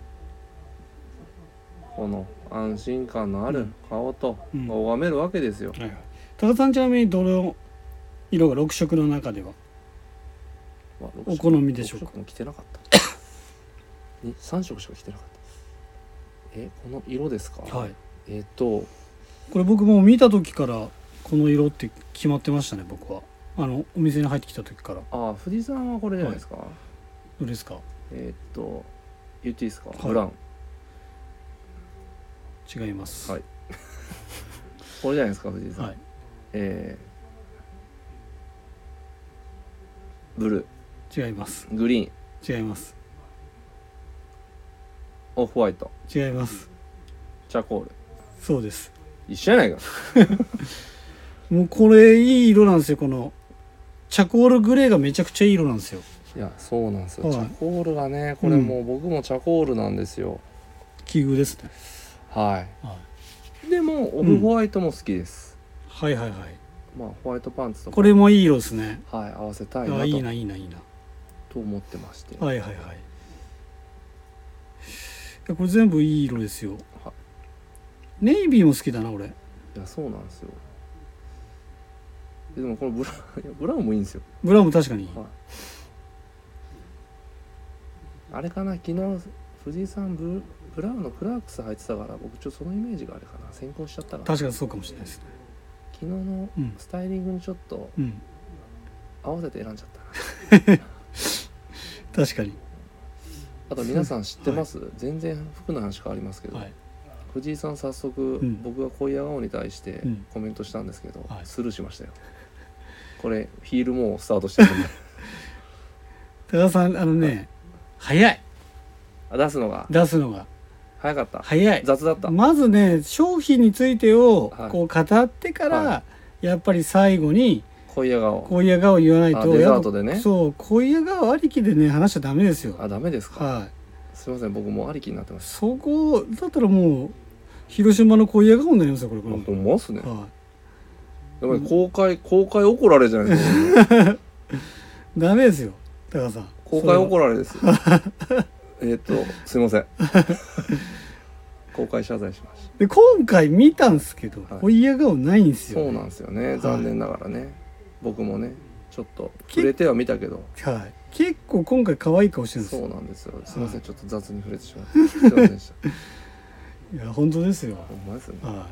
[SPEAKER 2] この安心感のあ
[SPEAKER 1] う
[SPEAKER 2] る
[SPEAKER 1] ん
[SPEAKER 2] 顔と
[SPEAKER 1] うん
[SPEAKER 2] 拝めるわけですよ、
[SPEAKER 1] はいはい、高田さんちなみにどの色が6色の中では
[SPEAKER 2] まあ
[SPEAKER 1] お好みでしょうか
[SPEAKER 2] 6色も着てなかった3色しか着てなかったえこの色ですか、
[SPEAKER 1] はい
[SPEAKER 2] えっ、と
[SPEAKER 1] これ僕も見た時からこの色って決まってましたね僕はあのお店に入ってきた時から
[SPEAKER 2] ああ富士山はこれじゃないですか、
[SPEAKER 1] どれですか
[SPEAKER 2] えっ、と言っていいですか、
[SPEAKER 1] い
[SPEAKER 2] ブラウン
[SPEAKER 1] 違います
[SPEAKER 2] はいこれじゃないですか富士山、
[SPEAKER 1] はい
[SPEAKER 2] えーブル
[SPEAKER 1] 違います
[SPEAKER 2] ーグリーン
[SPEAKER 1] 違います
[SPEAKER 2] オフホワイト
[SPEAKER 1] 違います
[SPEAKER 2] チャコール
[SPEAKER 1] そうです
[SPEAKER 2] 一緒やないか
[SPEAKER 1] もうこれいい色なんですよこのチャコールグレーがめちゃくちゃいい色なんですよ
[SPEAKER 2] いやそうなんですよ、
[SPEAKER 1] はい
[SPEAKER 2] チャコールがねこれもう僕もチャコールなんですよ、
[SPEAKER 1] 奇遇ですね、
[SPEAKER 2] は
[SPEAKER 1] はい
[SPEAKER 2] でもオフホワイトも好きです、
[SPEAKER 1] い、はいはいはい
[SPEAKER 2] まあホワイトパンツとか
[SPEAKER 1] これもいい色ですね
[SPEAKER 2] はい合わせたいな
[SPEAKER 1] あ
[SPEAKER 2] と
[SPEAKER 1] いいないいないいな
[SPEAKER 2] と思ってまして、
[SPEAKER 1] はいはいはいやこれ全部いい色ですよ
[SPEAKER 2] は
[SPEAKER 1] ネイビーも好きだな俺
[SPEAKER 2] いやそうなんですよででもこのブラいやブラウンもいいんですよ
[SPEAKER 1] ブラウンも確かに
[SPEAKER 2] はいあれかな昨日藤井さんブブラウンのクラークス履いてたから僕ちょっとそのイメージがあれかな先行しちゃったから
[SPEAKER 1] 確かにそうかもしれないですね
[SPEAKER 2] 昨日の
[SPEAKER 1] うん
[SPEAKER 2] スタイリングにちょっと
[SPEAKER 1] うん
[SPEAKER 2] 合わせて選んじゃったな
[SPEAKER 1] 確かに
[SPEAKER 2] あと皆さん知ってます、全然服の話変わりますけど、
[SPEAKER 1] はい
[SPEAKER 2] 藤井さん早速、
[SPEAKER 1] ん
[SPEAKER 2] 僕が恋青に対して
[SPEAKER 1] うん
[SPEAKER 2] コメントしたんですけど、
[SPEAKER 1] はい
[SPEAKER 2] スルーしましたよこれヒールもうスタートしてるん で
[SPEAKER 1] 高田さんあのね早い
[SPEAKER 2] あ出すのが
[SPEAKER 1] 出すのが
[SPEAKER 2] 早かった、
[SPEAKER 1] 早い
[SPEAKER 2] 雑だった、
[SPEAKER 1] まずね商品についてを
[SPEAKER 2] はい
[SPEAKER 1] こう語ってから、
[SPEAKER 2] は
[SPEAKER 1] やっぱり最後に
[SPEAKER 2] 恋青顔
[SPEAKER 1] 恋や顔言わない
[SPEAKER 2] あ
[SPEAKER 1] と
[SPEAKER 2] デザ
[SPEAKER 1] や
[SPEAKER 2] ー
[SPEAKER 1] っ
[SPEAKER 2] ト
[SPEAKER 1] ぱ
[SPEAKER 2] でね
[SPEAKER 1] そう恋や顔ありきでね話しちゃダメですよ
[SPEAKER 2] あダメですか、
[SPEAKER 1] はい
[SPEAKER 2] すいません僕もうありきになってます
[SPEAKER 1] そこだったらもう広島の恋や顔になりますよこれこ
[SPEAKER 2] あ
[SPEAKER 1] れ
[SPEAKER 2] ほんまっすね
[SPEAKER 1] は
[SPEAKER 2] やっぱり公開公開怒られじゃないですか 僕
[SPEAKER 1] いダメですよ高田さん
[SPEAKER 2] 公開怒
[SPEAKER 1] る
[SPEAKER 2] られです えーっとすいま せん公開謝罪しまし
[SPEAKER 1] で今回見たんですけど
[SPEAKER 2] はい
[SPEAKER 1] 恋や顔ないんです
[SPEAKER 2] た
[SPEAKER 1] よ、
[SPEAKER 2] そうなんですよね
[SPEAKER 1] い
[SPEAKER 2] 残念ながらね、僕もねちょっと触れては見たけど
[SPEAKER 1] はい結構今回可愛い顔してるんです
[SPEAKER 2] そう
[SPEAKER 1] よ
[SPEAKER 2] なんですよすいませんちょっと雑に触れてしまってすいませんでした
[SPEAKER 1] いや本当です よ
[SPEAKER 2] ほんまですね
[SPEAKER 1] は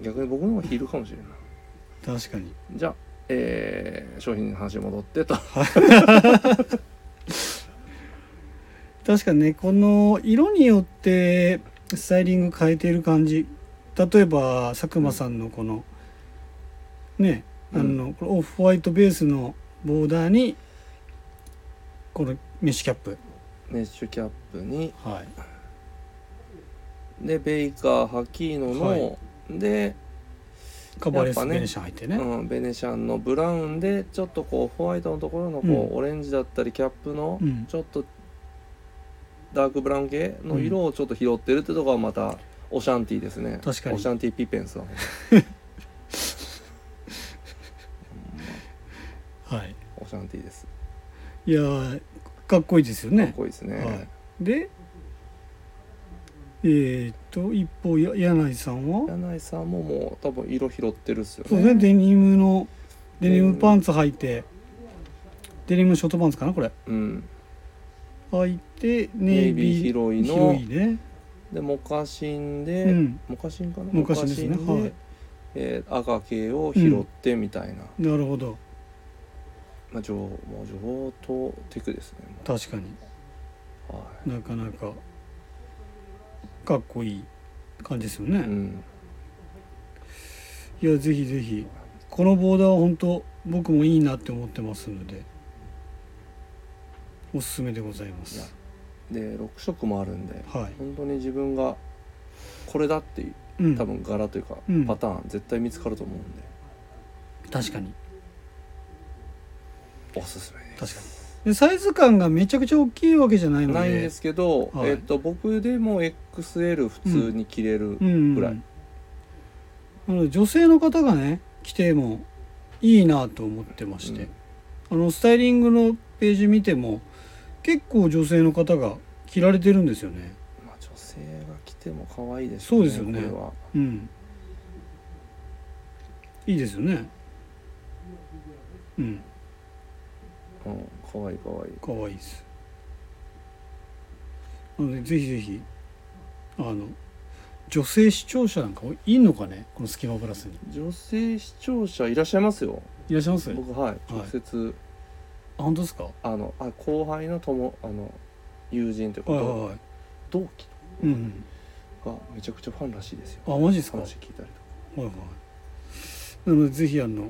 [SPEAKER 2] 逆に僕の方がヒールかもしれない
[SPEAKER 1] い確かに
[SPEAKER 2] じゃあえー商品の話に戻ってと
[SPEAKER 1] 確かにねこの色によってスタイリング変えている感じ例えば佐久間さんのこの、ねあの、これオフホワイトベースのボーダーにこのメッシュキャップ
[SPEAKER 2] メッシュキャップに
[SPEAKER 1] はい
[SPEAKER 2] でベイカーハキーノの、
[SPEAKER 1] はい
[SPEAKER 2] で
[SPEAKER 1] カバーレ
[SPEAKER 2] や
[SPEAKER 1] ス
[SPEAKER 2] っぱね
[SPEAKER 1] ベネシャン入ってね
[SPEAKER 2] うん、ベネシャンのブラウンでちょっとこうホワイトのところのこう、オレンジだったりキャップの
[SPEAKER 1] うん
[SPEAKER 2] ちょっとダークブラウン系の色をちょっと拾ってるってとこはまたオシャンティーですね
[SPEAKER 1] 確かに
[SPEAKER 2] オシャンティーピペン スは
[SPEAKER 1] はい
[SPEAKER 2] オシャンティーです
[SPEAKER 1] いやーかっこいいですよ
[SPEAKER 2] かっ
[SPEAKER 1] ね
[SPEAKER 2] こいいですね、
[SPEAKER 1] はいでえー、っと一方や柳井さんは
[SPEAKER 2] 柳井さんももう多分色拾ってるっすよ
[SPEAKER 1] そうね
[SPEAKER 2] ね
[SPEAKER 1] デニムのデニ
[SPEAKER 2] デニ
[SPEAKER 1] ム
[SPEAKER 2] ム
[SPEAKER 1] パンツ履いてデニムショートパンツかなこれ
[SPEAKER 2] うん、
[SPEAKER 1] 履いてネ
[SPEAKER 2] ネ
[SPEAKER 1] イ
[SPEAKER 2] イ
[SPEAKER 1] ビ
[SPEAKER 2] ビ
[SPEAKER 1] ー
[SPEAKER 2] ー広いの
[SPEAKER 1] 広いね
[SPEAKER 2] でモカシンで、
[SPEAKER 1] うん
[SPEAKER 2] モカシンかな
[SPEAKER 1] モカシンですね
[SPEAKER 2] モカシン
[SPEAKER 1] はい
[SPEAKER 2] えー赤系を拾ってみたいな、
[SPEAKER 1] なるほど
[SPEAKER 2] まあ、情もう情報とテクですねも
[SPEAKER 1] 確かに
[SPEAKER 2] うは
[SPEAKER 1] なかなかかっこいい感じですよね、
[SPEAKER 2] い、うん、
[SPEAKER 1] いやぜひぜひこのボーダーは本当僕もいいなって思ってますのでおすすめでございま
[SPEAKER 2] いや
[SPEAKER 1] す
[SPEAKER 2] で6色もあるんで
[SPEAKER 1] は
[SPEAKER 2] 本当に自分がこれだっていう
[SPEAKER 1] い、うん、
[SPEAKER 2] 多分柄というか
[SPEAKER 1] うん
[SPEAKER 2] パターン絶対見つかると思うんで
[SPEAKER 1] 確かに
[SPEAKER 2] おすすめです
[SPEAKER 1] 確かにでサイズ感がめちゃくちゃ大きいわけじゃないので
[SPEAKER 2] ないんですけど、
[SPEAKER 1] はい
[SPEAKER 2] えっと僕でも XL 普通に着れる、
[SPEAKER 1] うん
[SPEAKER 2] ぐらい
[SPEAKER 1] なので女性の方がね来てもいいなと思ってまして、あのスタイリングのページ見ても結構女性の方が着られてるんですよね
[SPEAKER 2] まあ、女性が着ても可愛いです
[SPEAKER 1] そうですよね
[SPEAKER 2] これは
[SPEAKER 1] うんいいですよねうん
[SPEAKER 2] うん可愛い可愛い
[SPEAKER 1] 可愛いですなのでぜひぜひあの女性視聴者なんかいいのかねこのスキマプラスに
[SPEAKER 2] 女性視聴者いらっしゃいますよ
[SPEAKER 1] いらっしゃいますあ
[SPEAKER 2] 僕はい直接、
[SPEAKER 1] 本当ですかは
[SPEAKER 2] あのあ後輩の友あの友人という
[SPEAKER 1] い
[SPEAKER 2] か、
[SPEAKER 1] はいはい
[SPEAKER 2] 同期
[SPEAKER 1] うんうん、
[SPEAKER 2] がめちゃくちゃファンらしいですよ
[SPEAKER 1] あマジですか、はい
[SPEAKER 2] 話聞いたりとか
[SPEAKER 1] はい、なのでぜひあの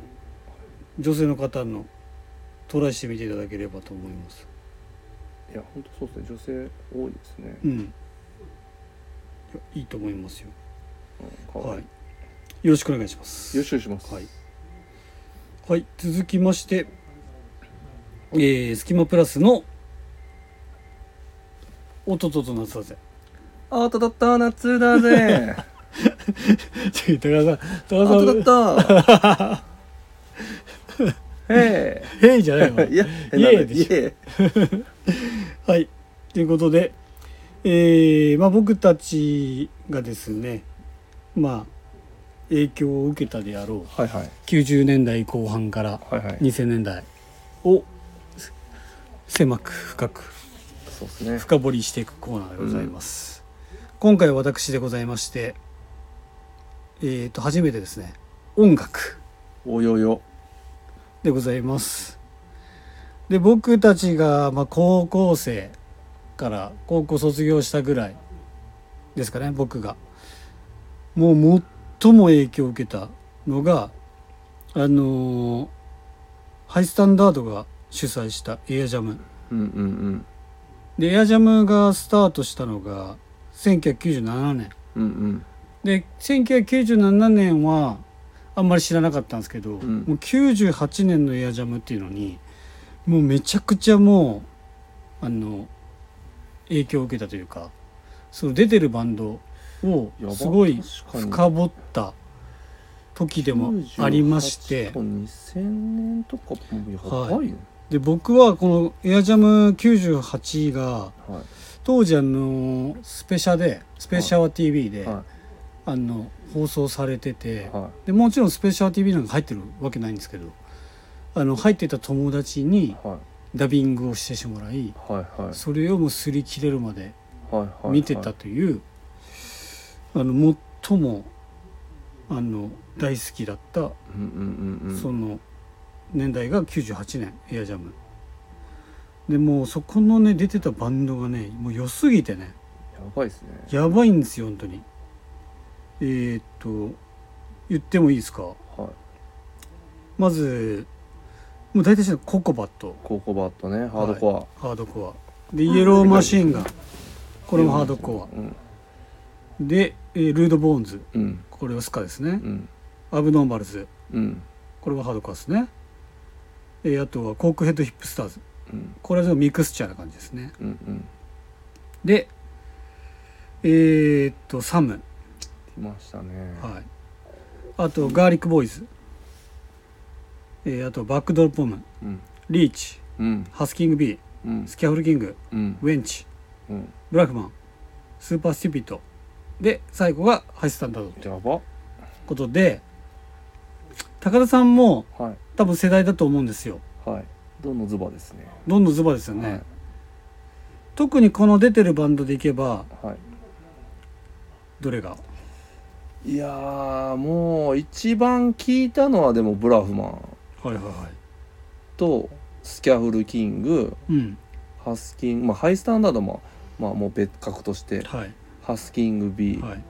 [SPEAKER 1] 女性の方のトライしてみていただければと思います
[SPEAKER 2] いや本当そうですね女性多いですね
[SPEAKER 1] うんいやいいと思いますよ
[SPEAKER 2] うん可
[SPEAKER 1] は
[SPEAKER 2] 愛い
[SPEAKER 1] いよろしくお願いします
[SPEAKER 2] 予習します
[SPEAKER 1] はい、はい、続きましてえー、スキマプラスの「おととと夏だぜ
[SPEAKER 2] あたたった夏だ ぜ」
[SPEAKER 1] ちょ高田さん
[SPEAKER 2] あ
[SPEAKER 1] 高田さん
[SPEAKER 2] たたった へ
[SPEAKER 1] 「へい」じゃないの
[SPEAKER 2] えいや
[SPEAKER 1] イエーイ
[SPEAKER 2] なんだイエーイ
[SPEAKER 1] はい。ということで、えーまあ、僕たちがですねまあ影響を受けたであろう
[SPEAKER 2] はいはい
[SPEAKER 1] 90年代後半から
[SPEAKER 2] はいはい
[SPEAKER 1] 2000年代を狭く深く
[SPEAKER 2] そうですね
[SPEAKER 1] 深掘りしていくコーナーでございます、今回は私でございましてえっ、と初めてですね音楽
[SPEAKER 2] およよ
[SPEAKER 1] でございますで僕たちがまあ高校生から高校卒業したぐらいですかね僕がもう最も影響を受けたのがあのーハイスタンダードが主催したエアジャム
[SPEAKER 2] うんうんうん
[SPEAKER 1] でエアジャムがスタートしたのが1997年
[SPEAKER 2] うん
[SPEAKER 1] で1997年はあんまり知らなかったんですけど、
[SPEAKER 2] うん
[SPEAKER 1] もう98年のエアジャムっていうのにもうめちゃくちゃもうあの影響を受けたというかその出てるバンドを
[SPEAKER 2] やば
[SPEAKER 1] すごい
[SPEAKER 2] 確
[SPEAKER 1] 深掘った時でもありまして
[SPEAKER 2] 98と2000年とかもやばいよ、
[SPEAKER 1] で僕はこのエアジャム98が
[SPEAKER 2] はい
[SPEAKER 1] 当時あのスペシャでスペシャワ TV で、
[SPEAKER 2] は
[SPEAKER 1] あの放送されてて。
[SPEAKER 2] いは
[SPEAKER 1] でもちろんスペシャル TV なんか入ってるわけないんですけどあの入ってた友達
[SPEAKER 2] い
[SPEAKER 1] に
[SPEAKER 2] はい
[SPEAKER 1] ダビングをしてもらい
[SPEAKER 2] はいはい
[SPEAKER 1] それをもう擦り切れるまで
[SPEAKER 2] はいはい
[SPEAKER 1] 見てたというあの最もあの大好きだった
[SPEAKER 2] うんうんうんうん
[SPEAKER 1] その年代が98年エアジャムでもうそこのね出てたバンドがねもう良すぎてね
[SPEAKER 2] やばいですね
[SPEAKER 1] やばいんですよ本当にえーっと言ってもいいですか
[SPEAKER 2] はい
[SPEAKER 1] まずもう大体知ってるココバット
[SPEAKER 2] コーコバットねハードコア、
[SPEAKER 1] ハードコアでイエローマシンガンこれもハードコ
[SPEAKER 2] うん
[SPEAKER 1] アで、えールード・ボーンズ
[SPEAKER 2] うん
[SPEAKER 1] これはスカですね
[SPEAKER 2] うん
[SPEAKER 1] アブノーマルズ
[SPEAKER 2] うん
[SPEAKER 1] これはハードコアですね、えーあとはコークヘッド・ヒップスターズ
[SPEAKER 2] うん
[SPEAKER 1] これはミクスチャーな感じですね
[SPEAKER 2] うんうん
[SPEAKER 1] でえーっとサム、
[SPEAKER 2] 来ましたね
[SPEAKER 1] はい、あとガーリック・ボーイズ、えーあとバックドロップ・ボム
[SPEAKER 2] うん
[SPEAKER 1] リーチ
[SPEAKER 2] うん
[SPEAKER 1] ハスキング・ビー
[SPEAKER 2] うん
[SPEAKER 1] スキャフル・キング
[SPEAKER 2] うん
[SPEAKER 1] ウェンチ
[SPEAKER 2] うん
[SPEAKER 1] ブラフマンスーパースティピットで最後がハイスタンダードという
[SPEAKER 2] やばは
[SPEAKER 1] ことで高田さんも
[SPEAKER 2] い
[SPEAKER 1] 多分世代だと思うんですよ
[SPEAKER 2] はいどのズバですね
[SPEAKER 1] どんどんズバですよね、特にこの出てるバンドでいけば
[SPEAKER 2] はい、は
[SPEAKER 1] どれが
[SPEAKER 2] い、いやーもう一番聞いたのはでもブラフマン
[SPEAKER 1] はいはいは
[SPEAKER 2] とスキャフルキング
[SPEAKER 1] いうん
[SPEAKER 2] ハスキングまあハイスタンダードもまあもう別格として
[SPEAKER 1] はい
[SPEAKER 2] ハスキング B、
[SPEAKER 1] はい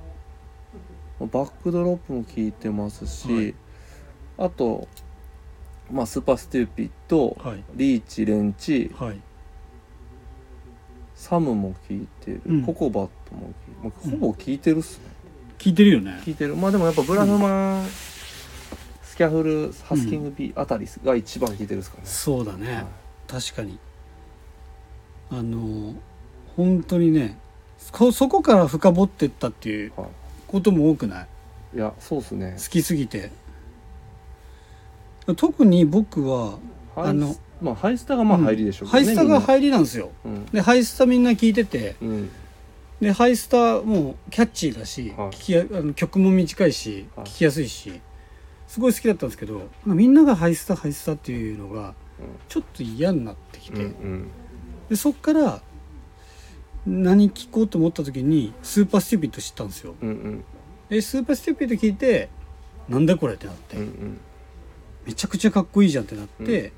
[SPEAKER 2] バックドロップも聞いてますし、
[SPEAKER 1] はい
[SPEAKER 2] あとまあスーパーステューピッド、
[SPEAKER 1] はい
[SPEAKER 2] リーチレンチ
[SPEAKER 1] はい
[SPEAKER 2] サムも聞いてる、
[SPEAKER 1] うん
[SPEAKER 2] ココバットも聞
[SPEAKER 1] う
[SPEAKER 2] いて
[SPEAKER 1] ん
[SPEAKER 2] る、まあ、ほぼ聞いてるっすね、
[SPEAKER 1] 聞いてるよね
[SPEAKER 2] 聞いてるまあでもやっぱブラフマン、スキャフルハスキング B あたりが一番聞いてるっすかね、
[SPEAKER 1] そうだね
[SPEAKER 2] はい
[SPEAKER 1] 確かにあの本当にねそそこから深掘ってったっていう
[SPEAKER 2] は
[SPEAKER 1] ことも多くない
[SPEAKER 2] い、いやそうっすね
[SPEAKER 1] 好きすぎて特に僕は
[SPEAKER 2] ハ
[SPEAKER 1] あ
[SPEAKER 2] イ
[SPEAKER 1] の
[SPEAKER 2] スまあハイスタがまあ入りでしょう
[SPEAKER 1] ハイスタが
[SPEAKER 2] り
[SPEAKER 1] 入りなんですよ
[SPEAKER 2] うん
[SPEAKER 1] でハイスタみんな聞いてて
[SPEAKER 2] うん
[SPEAKER 1] でハイスタもうキャッチーだし、
[SPEAKER 2] はい
[SPEAKER 1] 聞きやあの曲も短いし、
[SPEAKER 2] はい
[SPEAKER 1] 聞きやすいしすごい好きだったんですけどなんかみんながハイスタハイスタっていうのが
[SPEAKER 2] うん
[SPEAKER 1] ちょっと嫌になってき
[SPEAKER 2] うん
[SPEAKER 1] て、
[SPEAKER 2] うん
[SPEAKER 1] でそっから何聞こうと思った時にスーパーステューピット知ったんですよ
[SPEAKER 2] うんうん
[SPEAKER 1] でスーパーステューピット聞いてなんだこれってなって、
[SPEAKER 2] うんうん
[SPEAKER 1] めちゃくちゃかっこいいじゃんってなって、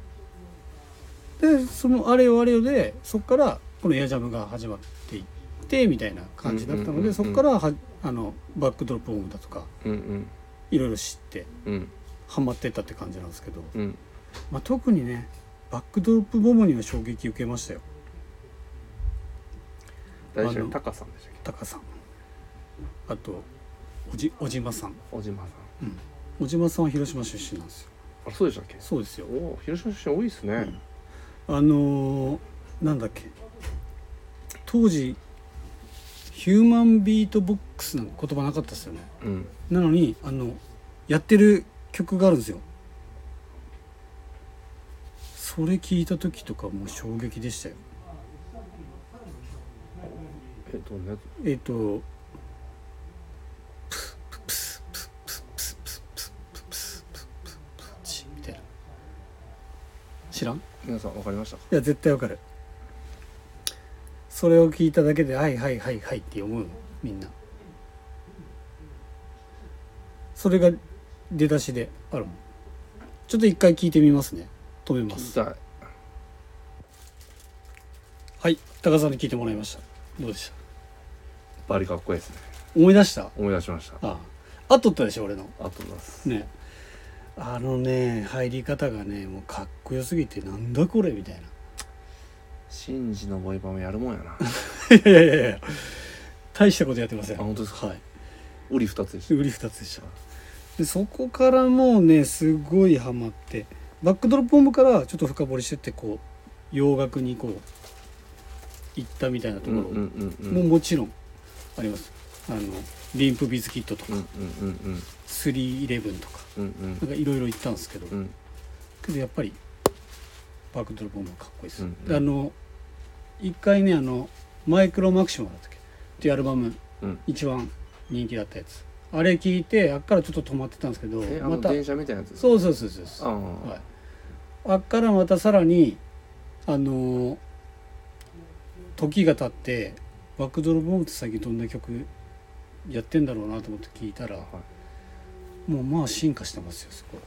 [SPEAKER 1] でそのあれよあれよでそっからこのエアジャムが始まっていってみたいな感じだったので、
[SPEAKER 2] うんうんうんうん
[SPEAKER 1] そっからはあのバックドロップオンだとか
[SPEAKER 2] うんうん
[SPEAKER 1] いろいろ知って
[SPEAKER 2] うん
[SPEAKER 1] ハマってったって感じなんですけど、
[SPEAKER 2] うん
[SPEAKER 1] まあ、特にねバックドロップボムには衝撃受けましたよ
[SPEAKER 2] 大丈
[SPEAKER 1] あの
[SPEAKER 2] 夫タカさんでしたっ
[SPEAKER 1] タカさんあとおじ小島さん
[SPEAKER 2] け小島さん
[SPEAKER 1] 小島さんは広島出身なんですよ
[SPEAKER 2] あそうでしたっけ
[SPEAKER 1] そうですよ
[SPEAKER 2] おお広島出身多いですね、
[SPEAKER 1] あのーなんだっけ当時ヒューマンビートボックスなんて言葉なかったですよね
[SPEAKER 2] うん、
[SPEAKER 1] なのにあのやってる曲があるんですよそれ聞いた時とかもう衝撃でしたよ
[SPEAKER 2] えどんなやつ
[SPEAKER 1] えっとみたいな知らんい
[SPEAKER 2] 皆さんわかりましたか
[SPEAKER 1] や絶対わかるそれを聞いただけで「はいはいはいはい」って思うみんなそれが出だしであるもんちょっと一回聞いてみますね止めま
[SPEAKER 2] 聞き
[SPEAKER 1] す
[SPEAKER 2] たい
[SPEAKER 1] はい高さんに聞いてもらいましたどうでした
[SPEAKER 2] バリかっこいいですね
[SPEAKER 1] 思い出した
[SPEAKER 2] 思い出しましたあ
[SPEAKER 1] あああっとったでしょ俺の
[SPEAKER 2] りがとうございます
[SPEAKER 1] ねあのね入り方がねもうかっこよすぎてなんだこれみたいな
[SPEAKER 2] シンジのボイパもやるもん やな
[SPEAKER 1] いやいやいやいや大したことやってません
[SPEAKER 2] あ本当ですか
[SPEAKER 1] はい
[SPEAKER 2] ウリ二つで し
[SPEAKER 1] 売り2つでしたでそこからもうねすごいハマってバックドロップホームからちょっと深掘りしてってこう洋楽にこう行ったみたいなと
[SPEAKER 2] た
[SPEAKER 1] ころ、
[SPEAKER 2] うんうんうんうん
[SPEAKER 1] もうもちろんありますあのリンプビズキットとか、
[SPEAKER 2] うんうんうん
[SPEAKER 1] 311とか
[SPEAKER 2] うんうん
[SPEAKER 1] なんかいろいろ行ったんですけど、
[SPEAKER 2] うん
[SPEAKER 1] けどやっぱりバックドロップホームはかっこいいです、
[SPEAKER 2] うん
[SPEAKER 1] であの一回ねあのマイクロマクシマムだったっけっていうアルバム
[SPEAKER 2] うん
[SPEAKER 1] 一番人気だったやつあれ聞いてあっからちょっと止まってたんですけど
[SPEAKER 2] えあ
[SPEAKER 1] ま
[SPEAKER 2] の
[SPEAKER 1] た
[SPEAKER 2] 電車みたいなやつう
[SPEAKER 1] そうそうそうそう
[SPEAKER 2] あ
[SPEAKER 1] そう
[SPEAKER 2] あ
[SPEAKER 1] はい、あっからまたさらにあのー時が経ってバックドロップホームって最近どんな曲やってんだろうなと思って聞いたら
[SPEAKER 2] はい
[SPEAKER 1] もうまあ進化してますよすごい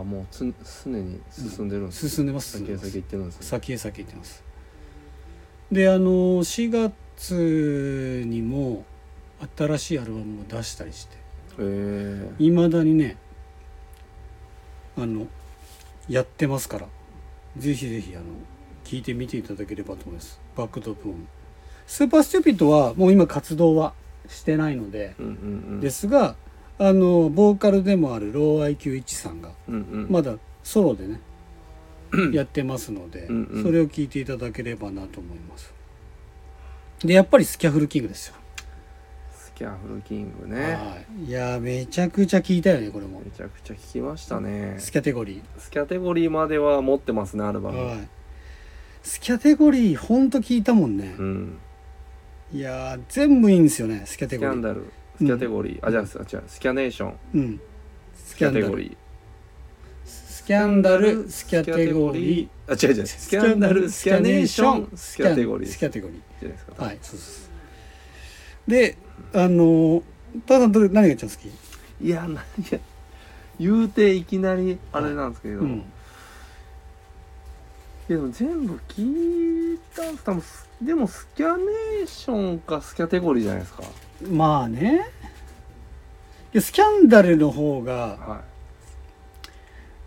[SPEAKER 2] あもうつ常に進んでるんです、
[SPEAKER 1] 進んでます進んでま
[SPEAKER 2] 先へ
[SPEAKER 1] す
[SPEAKER 2] 先へ行ってるんですね
[SPEAKER 1] 先へ先へ行ってますであの4月にも新しいアルバムを出したりして
[SPEAKER 2] へえ
[SPEAKER 1] いまだにねあのやってますからぜひぜひあの聞いてみていただければと思いますバックドロップホームスーパースチューピッドはもう今活動はしてないので
[SPEAKER 2] うんうんうん
[SPEAKER 1] ですがあのボーカルでもあるロー IQ1 さんが
[SPEAKER 2] うんうん
[SPEAKER 1] まだソロでねやってますので、
[SPEAKER 2] うんうん
[SPEAKER 1] それを聞いていただければなと思いますでやっぱりスキャフルキングですよ、
[SPEAKER 2] スキャフルキングね
[SPEAKER 1] はいいやーめちゃくちゃ聞いたよねこれも
[SPEAKER 2] めちゃくちゃ聞きましたね
[SPEAKER 1] スキャテゴリ
[SPEAKER 2] スキャテゴリーまでは持ってますねアル
[SPEAKER 1] ー、
[SPEAKER 2] バム、
[SPEAKER 1] はいスキャテゴリーほんと聞いたもんね
[SPEAKER 2] う、ん
[SPEAKER 1] いやー全部いいんですよねスキャテ
[SPEAKER 2] スキ
[SPEAKER 1] ゴリ
[SPEAKER 2] ャン
[SPEAKER 1] ー
[SPEAKER 2] ダルスキャテゴリー、あじゃあ違うスキャネーション
[SPEAKER 1] うん
[SPEAKER 2] ス
[SPEAKER 1] ス
[SPEAKER 2] キ
[SPEAKER 1] キ
[SPEAKER 2] ャ
[SPEAKER 1] ャ
[SPEAKER 2] テ
[SPEAKER 1] テ
[SPEAKER 2] ゴ
[SPEAKER 1] ゴリー
[SPEAKER 2] リー
[SPEAKER 1] スキャンダルスキャテゴリー
[SPEAKER 2] あ違う違うスキャンダルスキャネーションスキャテゴリー
[SPEAKER 1] スキャテゴリー
[SPEAKER 2] じゃないですか、
[SPEAKER 1] はい、そうです。で、あの、ただどれ何が一番好き？
[SPEAKER 2] いや何や言うていきなりあれなんですけど、
[SPEAKER 1] うん。
[SPEAKER 2] でも全部聞いたんです多分すでもスキャネーションかスキャテゴリーじゃないですか
[SPEAKER 1] まあね。いやスキャンダルの方が
[SPEAKER 2] は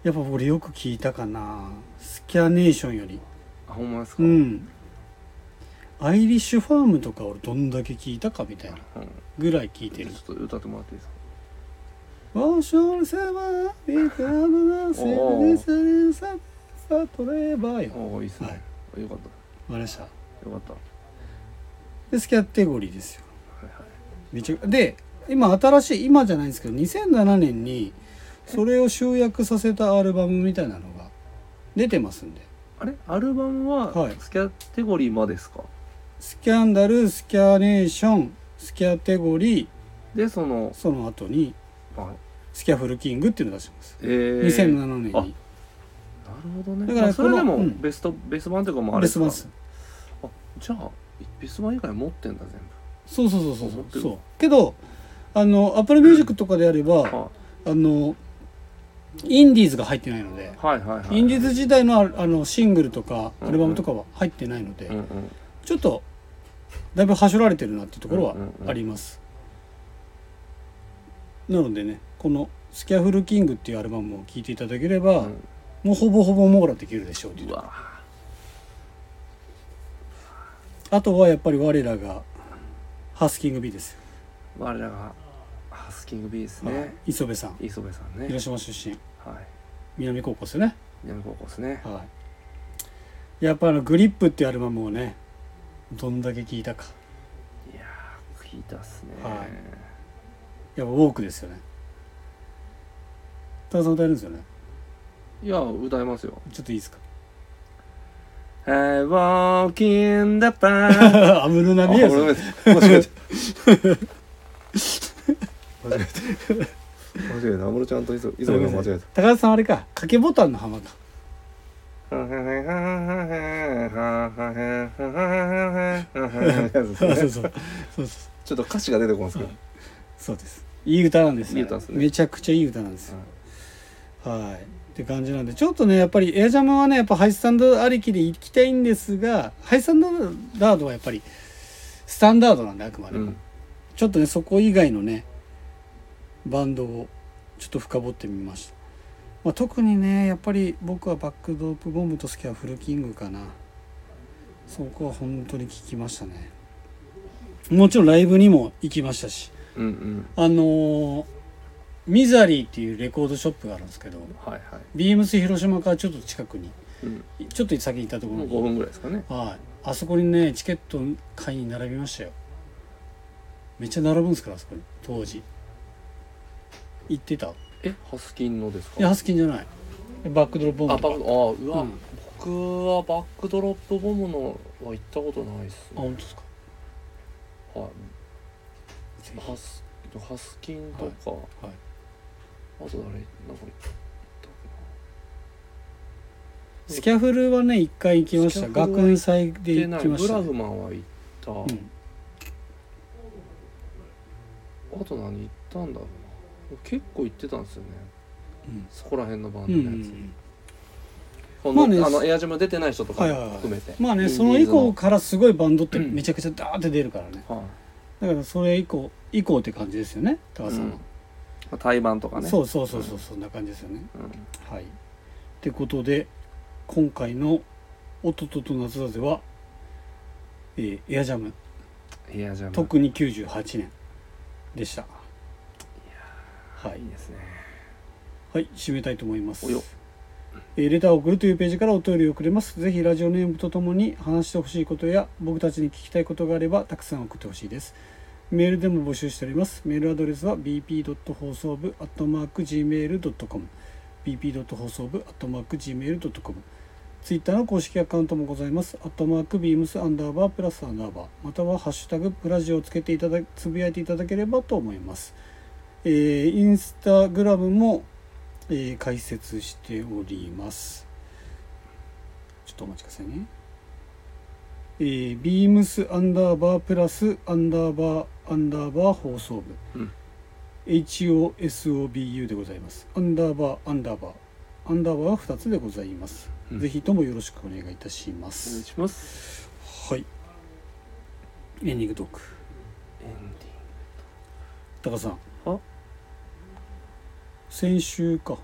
[SPEAKER 1] やっぱ俺よく聞いたかな。スキャネーションより。
[SPEAKER 2] いあほんまですか、
[SPEAKER 1] う、ん。アイリッシュファームとか俺どんだけ聞いたかみたいなぐらい聞いて
[SPEAKER 2] ちょ
[SPEAKER 1] る。
[SPEAKER 2] っと歌ってもらっていいですか
[SPEAKER 1] オーションセバービカムナセレセレササトレバーよ。
[SPEAKER 2] おおいいっすね、
[SPEAKER 1] はい
[SPEAKER 2] あよかっ
[SPEAKER 1] わかりました。
[SPEAKER 2] たよかった
[SPEAKER 1] でスキャテゴリーですよ。
[SPEAKER 2] はいはい
[SPEAKER 1] めちゃで今新しい今じゃないんですけど2007年にそれを集約させたアルバムみたいなのが出てますんで
[SPEAKER 2] あれアルバム
[SPEAKER 1] は
[SPEAKER 2] はいスキャテゴリーまでですか、
[SPEAKER 1] 「スキャンダル」「スキャネーション」「スキャテゴリー
[SPEAKER 2] でそ」の、
[SPEAKER 1] その後に
[SPEAKER 2] はい、
[SPEAKER 1] 「スキャフルキング」っていうのを出してます、
[SPEAKER 2] えー、な
[SPEAKER 1] 2007
[SPEAKER 2] る
[SPEAKER 1] 年に
[SPEAKER 2] ほどね
[SPEAKER 1] だ
[SPEAKER 2] だ
[SPEAKER 1] か
[SPEAKER 2] からら、まあそれで
[SPEAKER 1] こ
[SPEAKER 2] も
[SPEAKER 1] のうん
[SPEAKER 2] ベスト、ベスト版というかもうあれ
[SPEAKER 1] ベス
[SPEAKER 2] です
[SPEAKER 1] ト
[SPEAKER 2] か
[SPEAKER 1] マス
[SPEAKER 2] じゃあベスト版以外持ってんだ全
[SPEAKER 1] そうそうそうそう
[SPEAKER 2] 思ってる
[SPEAKER 1] そうけどあのアップルミュージックとかであれ
[SPEAKER 2] 部、
[SPEAKER 1] ば
[SPEAKER 2] は
[SPEAKER 1] あのインディーズが入ってないので
[SPEAKER 2] い、はいはいはい
[SPEAKER 1] インディーズ時代のああのシングルとか
[SPEAKER 2] うん
[SPEAKER 1] アルバムとかは入ってないので、
[SPEAKER 2] うんうん
[SPEAKER 1] ちょっとだいぶ端折られてるなっていうところは
[SPEAKER 2] うんうんうん
[SPEAKER 1] あります、なのでねこの「スキャフルキング」っていうアルバムを聴いていただければ、
[SPEAKER 2] うん
[SPEAKER 1] もうほぼほぼ網羅できるでしょうっていう
[SPEAKER 2] う
[SPEAKER 1] と
[SPEAKER 2] わ
[SPEAKER 1] あとはやっぱり我らがハスキング B ですよ、
[SPEAKER 2] 我らがハスキングビーです
[SPEAKER 1] は
[SPEAKER 2] ね、
[SPEAKER 1] い磯部さん
[SPEAKER 2] 磯部さんね
[SPEAKER 1] 広島出身
[SPEAKER 2] はい
[SPEAKER 1] 南高校ですよね、
[SPEAKER 2] 南高校ですね
[SPEAKER 1] はい、やっぱあの「グリップ」っていうアルバムをねどんだけ聴いたか
[SPEAKER 2] いやー聞いたっすね、
[SPEAKER 1] はいやっぱウォークですよね田中さん歌えるんですよね
[SPEAKER 2] い、や歌えますよ
[SPEAKER 1] ちょっといいですか
[SPEAKER 2] I walk in the park
[SPEAKER 1] アムルナビや それ
[SPEAKER 2] あ間違えた間違えた間違えた間違えた安室ちゃんといついつもが間違え
[SPEAKER 1] 高田さんあれか掛けボタンの浜かそう そうそう
[SPEAKER 2] た
[SPEAKER 1] そうそう
[SPEAKER 2] ちょっと歌詞が出てこないんですけど
[SPEAKER 1] そうですいい歌なんです
[SPEAKER 2] いい歌ですね
[SPEAKER 1] めちゃくちゃいい歌なんですよはいって感じなんでちょっとねやっぱりエアジャムはねやっぱハイスタンダードありきで行きたいんですがハイスタンダードはやっぱりスタンダードなんであくまで
[SPEAKER 2] う
[SPEAKER 1] も、
[SPEAKER 2] ん
[SPEAKER 1] ちょっとねそこ以外のねバンドをちょっと深掘ってみました、まあ、特にねやっぱり僕はバックドープボムと好きはフルキングかなそこは本当に聞きましたねもちろんライブにも行きましたし
[SPEAKER 2] うんうん
[SPEAKER 1] あのーミザリーっていうレコードショップがあるんですけど
[SPEAKER 2] はいは
[SPEAKER 1] ビームス広島からちょっと近くに
[SPEAKER 2] いうん
[SPEAKER 1] ちょっと先に行ったとこ
[SPEAKER 2] も
[SPEAKER 1] ろ
[SPEAKER 2] う
[SPEAKER 1] に、
[SPEAKER 2] 5分ぐらいですかね
[SPEAKER 1] はい、あそこにねチケット買いに並びましたよめっちゃ並ぶんですからあそこに当時行ってたい
[SPEAKER 2] えハスキンのですか
[SPEAKER 1] やハスキンじゃないバックドロップボ
[SPEAKER 2] あ
[SPEAKER 1] ンド
[SPEAKER 2] バックあうわ、
[SPEAKER 1] うん
[SPEAKER 2] 僕はバックドロップボムのは行ったことないっす
[SPEAKER 1] あ
[SPEAKER 2] ね
[SPEAKER 1] 本当ですか
[SPEAKER 2] はい
[SPEAKER 1] ぜひ
[SPEAKER 2] ハスハスキンとか、
[SPEAKER 1] いはい
[SPEAKER 2] あと誰なんか行ったっ
[SPEAKER 1] スキャフルはね一回行きまし
[SPEAKER 2] ス
[SPEAKER 1] た
[SPEAKER 2] キャフルは
[SPEAKER 1] 学園祭
[SPEAKER 2] け
[SPEAKER 1] で行
[SPEAKER 2] な行ってない
[SPEAKER 1] きまし
[SPEAKER 2] ブ
[SPEAKER 1] た
[SPEAKER 2] ラ
[SPEAKER 1] ね、
[SPEAKER 2] フマンは行った、
[SPEAKER 1] うん、
[SPEAKER 2] あと何行ったんだろうな結構行ってたんですよね
[SPEAKER 1] うん
[SPEAKER 2] そこら辺のバン
[SPEAKER 1] う
[SPEAKER 2] ド
[SPEAKER 1] んう
[SPEAKER 2] の
[SPEAKER 1] んう
[SPEAKER 2] やつ、
[SPEAKER 1] ん
[SPEAKER 2] こ
[SPEAKER 1] ま
[SPEAKER 2] の
[SPEAKER 1] あね
[SPEAKER 2] あのエアジャム出てない人とか
[SPEAKER 1] はいはいは
[SPEAKER 2] も
[SPEAKER 1] い
[SPEAKER 2] 含めて、
[SPEAKER 1] まあね
[SPEAKER 2] インディ
[SPEAKER 1] その
[SPEAKER 2] ー
[SPEAKER 1] 以
[SPEAKER 2] ズの
[SPEAKER 1] 降からすごいバンドってめちゃくちゃダーって出るからね、
[SPEAKER 2] はい
[SPEAKER 1] だからそれ以降以降って感じですよね高
[SPEAKER 2] う
[SPEAKER 1] 橋さ
[SPEAKER 2] ん
[SPEAKER 1] ん
[SPEAKER 2] ま
[SPEAKER 1] は、
[SPEAKER 2] あ、対バンとかね
[SPEAKER 1] そうそうそうそうそんな感じですよね、
[SPEAKER 2] うん
[SPEAKER 1] はい。ってことで今回の「おととと夏だぜは」えーエアジャム
[SPEAKER 2] エアジャム
[SPEAKER 1] 特に98年でした。はい
[SPEAKER 2] い、いですね
[SPEAKER 1] はい、締めたいと思います
[SPEAKER 2] およ。
[SPEAKER 1] えーレターを送るというページからお便りをくれます。ぜひラジオネームとともに話してほしいことや僕たちに聞きたいことがあればたくさん送ってほしいです。メールでも募集しております。メールアドレスは bp. 放送部 .gmail.com bp. 放送部 .gmail.com ツイッターの公式アカウントもございます。アットマークビームスアンダーバープラスアンダーバーまたはハッシュタグプラジオをつけていただつぶやいていただければと思います。えー、インスタグラムも、えー開設しております。ちょっとお待ちくださいね。えー、ビームスアンダーバープラスアンダーバーアンダーバー放送部、
[SPEAKER 2] うん
[SPEAKER 1] HOSOBU でございます。アンダーバーアンダーバーアンダーバーは2つでございます。
[SPEAKER 2] うん
[SPEAKER 1] ぜひともよろしくお願いいたしま
[SPEAKER 2] お願い
[SPEAKER 1] す。
[SPEAKER 2] します
[SPEAKER 1] はい。エンディングトーク。
[SPEAKER 2] エンディング
[SPEAKER 1] 高田さん。
[SPEAKER 2] あ
[SPEAKER 1] 先週か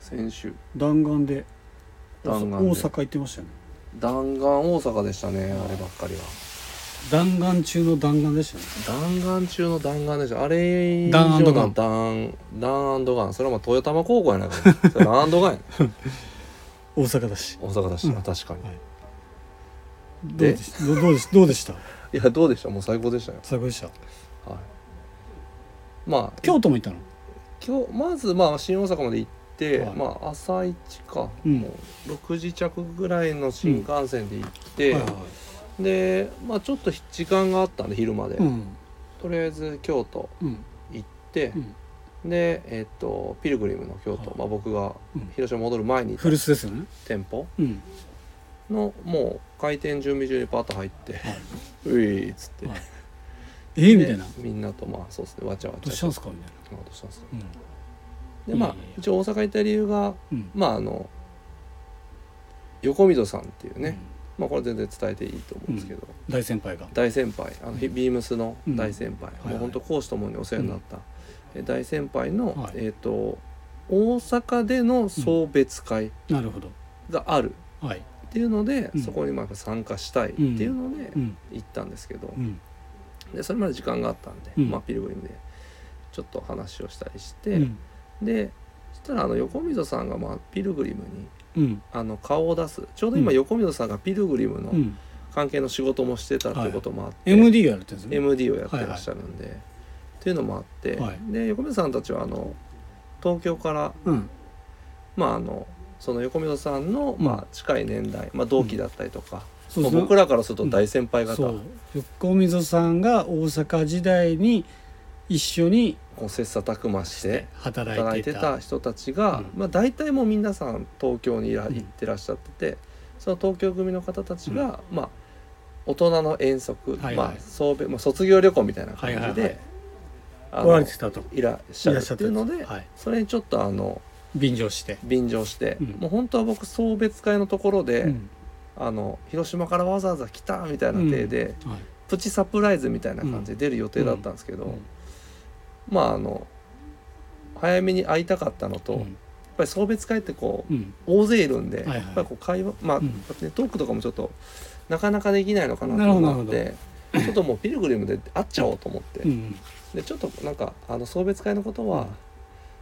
[SPEAKER 2] 先週
[SPEAKER 1] 弾丸で
[SPEAKER 2] 弾丸で
[SPEAKER 1] 大阪行ってましたよね。
[SPEAKER 2] 弾丸大阪でしたねあればっかりは
[SPEAKER 1] 弾丸中の弾丸でしたね。
[SPEAKER 2] 弾丸中の弾丸でしょあれ以
[SPEAKER 1] 弾
[SPEAKER 2] 上
[SPEAKER 1] ガン
[SPEAKER 2] の弾弾ガンそれはまあ豊玉高校やないかなそれ弾ガンやね
[SPEAKER 1] 大阪だし。
[SPEAKER 2] 大阪だし、
[SPEAKER 1] うん
[SPEAKER 2] 確かに、
[SPEAKER 1] はい
[SPEAKER 2] い、
[SPEAKER 1] どうでしたどどうでしたどうでした
[SPEAKER 2] やどうでしたもう最高でしたよ
[SPEAKER 1] 最高でした。
[SPEAKER 2] はいまあ
[SPEAKER 1] 京都も行ったの
[SPEAKER 2] 今日まずまあ新大阪まで行って、
[SPEAKER 1] はい
[SPEAKER 2] まあ朝一か、
[SPEAKER 1] うん
[SPEAKER 2] もう6時着ぐらいの新幹線で行って、
[SPEAKER 1] はいはいはい
[SPEAKER 2] でまあちょっと時間があったんで昼まで、
[SPEAKER 1] うん。
[SPEAKER 2] とりあえず京都
[SPEAKER 1] うん。
[SPEAKER 2] 行って
[SPEAKER 1] う、ん。
[SPEAKER 2] でえっとピルグリムの京都、
[SPEAKER 1] はい
[SPEAKER 2] まあ、僕が
[SPEAKER 1] うん
[SPEAKER 2] 広島戻る前に行った
[SPEAKER 1] 古巣ですよね。
[SPEAKER 2] 店舗
[SPEAKER 1] うん。
[SPEAKER 2] のもう開店準備中にパッと入って
[SPEAKER 1] はい
[SPEAKER 2] 「 うい」っつって、
[SPEAKER 1] はいええみ
[SPEAKER 2] で
[SPEAKER 1] たいな。ど
[SPEAKER 2] みんなとまあそうですねわちゃわち
[SPEAKER 1] う
[SPEAKER 2] ゃ
[SPEAKER 1] したんすかみたい
[SPEAKER 2] あどうしたんですか
[SPEAKER 1] な。
[SPEAKER 2] でま
[SPEAKER 1] い
[SPEAKER 2] あ
[SPEAKER 1] やいやいや
[SPEAKER 2] 一応大阪行った理由が
[SPEAKER 1] うん。うん。
[SPEAKER 2] まああの横溝さんっていうね、まあこれ全然伝えていいと思うんですけど、
[SPEAKER 1] うん。大先輩が。
[SPEAKER 2] 大先輩あの、
[SPEAKER 1] ん
[SPEAKER 2] ビームスの大先輩、
[SPEAKER 1] うん
[SPEAKER 2] もう本当講師ともにお世話になった、え大先輩の、
[SPEAKER 1] はい
[SPEAKER 2] えっ、と大阪での送別会
[SPEAKER 1] なるほど。
[SPEAKER 2] がある
[SPEAKER 1] はい。
[SPEAKER 2] っていうので、
[SPEAKER 1] うん
[SPEAKER 2] そこにまあ参加したいっていうので
[SPEAKER 1] うん。
[SPEAKER 2] 行ったんですけど、
[SPEAKER 1] うん。
[SPEAKER 2] でそれまで時間があったんで、
[SPEAKER 1] うん
[SPEAKER 2] まあ、ピルグリムでちょっと話をしたりして、
[SPEAKER 1] うん。
[SPEAKER 2] でそしたらあの横溝さんがまあピルグリムに
[SPEAKER 1] うん。
[SPEAKER 2] あの顔を出すちょうど今
[SPEAKER 1] うん
[SPEAKER 2] 横溝さんがピルグリムの
[SPEAKER 1] うん。
[SPEAKER 2] 関係の仕事もしてたということもあって、
[SPEAKER 1] MD がやるってんですね。
[SPEAKER 2] MD をやってらっしゃるんで、っていうのもあって、
[SPEAKER 1] はい
[SPEAKER 2] で横溝さんたちはあの東京から
[SPEAKER 1] うん。
[SPEAKER 2] まああのその横溝さんの、まあ、近い年代、まあ、同期だったりとか、
[SPEAKER 1] そう
[SPEAKER 2] まあ
[SPEAKER 1] そう
[SPEAKER 2] 僕らからすると大先輩方、
[SPEAKER 1] そう横溝さんが大阪時代に一緒に
[SPEAKER 2] こう切磋琢磨して
[SPEAKER 1] 働
[SPEAKER 2] 働
[SPEAKER 1] い
[SPEAKER 2] い
[SPEAKER 1] て
[SPEAKER 2] て
[SPEAKER 1] た
[SPEAKER 2] た人たちが、
[SPEAKER 1] うん
[SPEAKER 2] まあ、大体もう皆さん東京にいら
[SPEAKER 1] うん
[SPEAKER 2] 行ってらっしゃっててその東京組の方たちが、まあ大人の遠足、
[SPEAKER 1] はいはい
[SPEAKER 2] まあ、送別まあ卒業旅行みたいな感じで、
[SPEAKER 1] はいはいはい
[SPEAKER 2] あ
[SPEAKER 1] 来
[SPEAKER 2] の
[SPEAKER 1] られ
[SPEAKER 2] い
[SPEAKER 1] てたと
[SPEAKER 2] らっしゃるっていうの
[SPEAKER 1] いらっしゃ
[SPEAKER 2] で、
[SPEAKER 1] ったはい
[SPEAKER 2] それにちょっとあの
[SPEAKER 1] 便乗して、
[SPEAKER 2] 便乗して、
[SPEAKER 1] うん
[SPEAKER 2] もう本当は僕送別会のところで、
[SPEAKER 1] うん
[SPEAKER 2] あの広島からわざわざ来たみたいな体で、
[SPEAKER 1] はい
[SPEAKER 2] プチサプライズみたいな感じで出る予定だったんですけど、
[SPEAKER 1] うん
[SPEAKER 2] まああの早めに会いたかったのと、
[SPEAKER 1] う
[SPEAKER 2] やっ
[SPEAKER 1] ん
[SPEAKER 2] ぱり送別会ってこう
[SPEAKER 1] うん
[SPEAKER 2] 大勢いるん
[SPEAKER 1] は
[SPEAKER 2] で、
[SPEAKER 1] いはい
[SPEAKER 2] やっぱりこう会話まあ、
[SPEAKER 1] うん
[SPEAKER 2] だってねトークとかもちょっとなかなかできないのかな
[SPEAKER 1] なる
[SPEAKER 2] と
[SPEAKER 1] ほど
[SPEAKER 2] 思ってちょっともうピルグリムで会っちゃおうと思って、
[SPEAKER 1] うん
[SPEAKER 2] でちょっとなんかあの送別会のことは、
[SPEAKER 1] うん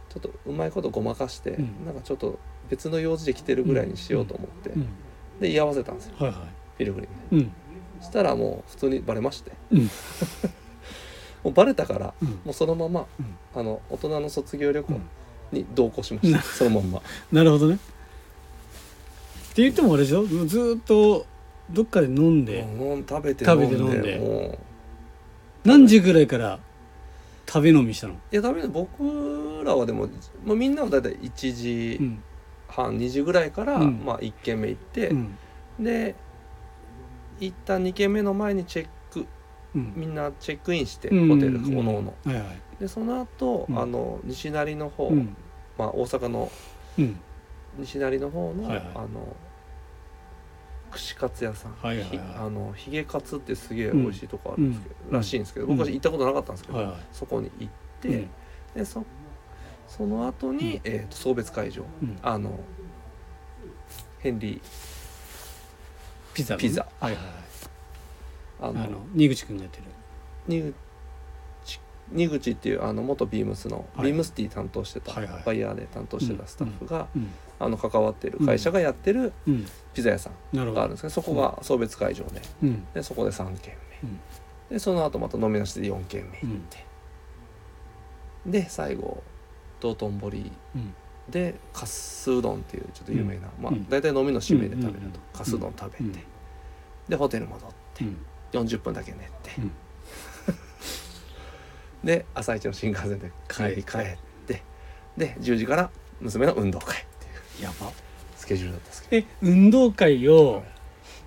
[SPEAKER 2] ちょっとうまいことごまかして、
[SPEAKER 1] うん
[SPEAKER 2] なんかちょっと別の用事で来てるぐらいにしようと思って、
[SPEAKER 1] うん
[SPEAKER 2] で居合わせたんですよ
[SPEAKER 1] はいは
[SPEAKER 2] ピルグリムで。
[SPEAKER 1] いうん
[SPEAKER 2] そしたらもう普通にバレまして
[SPEAKER 1] うん
[SPEAKER 2] もうバレたから
[SPEAKER 1] うん
[SPEAKER 2] もうそのまま、
[SPEAKER 1] うん
[SPEAKER 2] あの大人の卒業旅
[SPEAKER 1] う
[SPEAKER 2] 行
[SPEAKER 1] ん
[SPEAKER 2] に同行しました、そのまんま
[SPEAKER 1] なるほどねって言ってもあれでしょずーっとどっかで飲んで、
[SPEAKER 2] もう食べて飲
[SPEAKER 1] 食べ
[SPEAKER 2] ん
[SPEAKER 1] て
[SPEAKER 2] で
[SPEAKER 1] 飲んで
[SPEAKER 2] も
[SPEAKER 1] 何時ぐらいから食べ飲みしたの、
[SPEAKER 2] ういや食べて僕らはでも、まあ、みんなは大体1
[SPEAKER 1] う
[SPEAKER 2] 時
[SPEAKER 1] ん
[SPEAKER 2] 半、2時ぐらいから、
[SPEAKER 1] うん
[SPEAKER 2] まあ、1軒目行って、
[SPEAKER 1] うん
[SPEAKER 2] で一旦2軒目の前にチェック
[SPEAKER 1] うん
[SPEAKER 2] みんなチェックインして、
[SPEAKER 1] うん
[SPEAKER 2] ホテル
[SPEAKER 1] うん
[SPEAKER 2] おのおの
[SPEAKER 1] はいはい
[SPEAKER 2] でその後、
[SPEAKER 1] うん
[SPEAKER 2] あの西成の方、
[SPEAKER 1] うん
[SPEAKER 2] まあ、大阪の
[SPEAKER 1] うん
[SPEAKER 2] 西成の方の、
[SPEAKER 1] はいはい
[SPEAKER 2] あの串カツ屋さん、
[SPEAKER 1] はいはいはい
[SPEAKER 2] ひあのヒゲカツってすげえ美味しいとこあるんですけど、
[SPEAKER 1] うん
[SPEAKER 2] らしいんですけど、
[SPEAKER 1] うん
[SPEAKER 2] 僕は行ったことなかったんですけど、
[SPEAKER 1] はいはい
[SPEAKER 2] そこに行って、
[SPEAKER 1] うん
[SPEAKER 2] でそその後に、
[SPEAKER 1] うん
[SPEAKER 2] えーと送別会場
[SPEAKER 1] うん
[SPEAKER 2] あのヘンリー
[SPEAKER 1] ピザのね
[SPEAKER 2] ピザ
[SPEAKER 1] はいはいはい
[SPEAKER 2] あの
[SPEAKER 1] あの新口くんがやってる
[SPEAKER 2] ににぐちっていうあの元ビームスの、
[SPEAKER 1] はい
[SPEAKER 2] ビームスティ担当してた、
[SPEAKER 1] はいはい
[SPEAKER 2] バイヤーで担当してたスタッフが、
[SPEAKER 1] うん
[SPEAKER 2] あの関わってる会社がやってる
[SPEAKER 1] うん
[SPEAKER 2] ピザ屋さん
[SPEAKER 1] なるほ
[SPEAKER 2] がある
[SPEAKER 1] ど
[SPEAKER 2] んですけど、そこが送別会場で。
[SPEAKER 1] うん
[SPEAKER 2] でそこで3軒目、
[SPEAKER 1] うん
[SPEAKER 2] でその後また飲み出して4軒目行って、で最後道頓堀
[SPEAKER 1] うん
[SPEAKER 2] でかすうどんっていうちょっと有名な、まあ
[SPEAKER 1] うん
[SPEAKER 2] 大体飲みの締めで食べる
[SPEAKER 1] うんうん
[SPEAKER 2] と、
[SPEAKER 1] うん
[SPEAKER 2] かすうどん食べて、
[SPEAKER 1] うん
[SPEAKER 2] でホテル戻っ
[SPEAKER 1] う
[SPEAKER 2] て
[SPEAKER 1] ん
[SPEAKER 2] 40分だけ寝て、
[SPEAKER 1] うん
[SPEAKER 2] で朝一の新幹線で帰り帰ってで10時から娘の運動会っていう
[SPEAKER 1] やば
[SPEAKER 2] スケジュールだったんですけ
[SPEAKER 1] え運動会を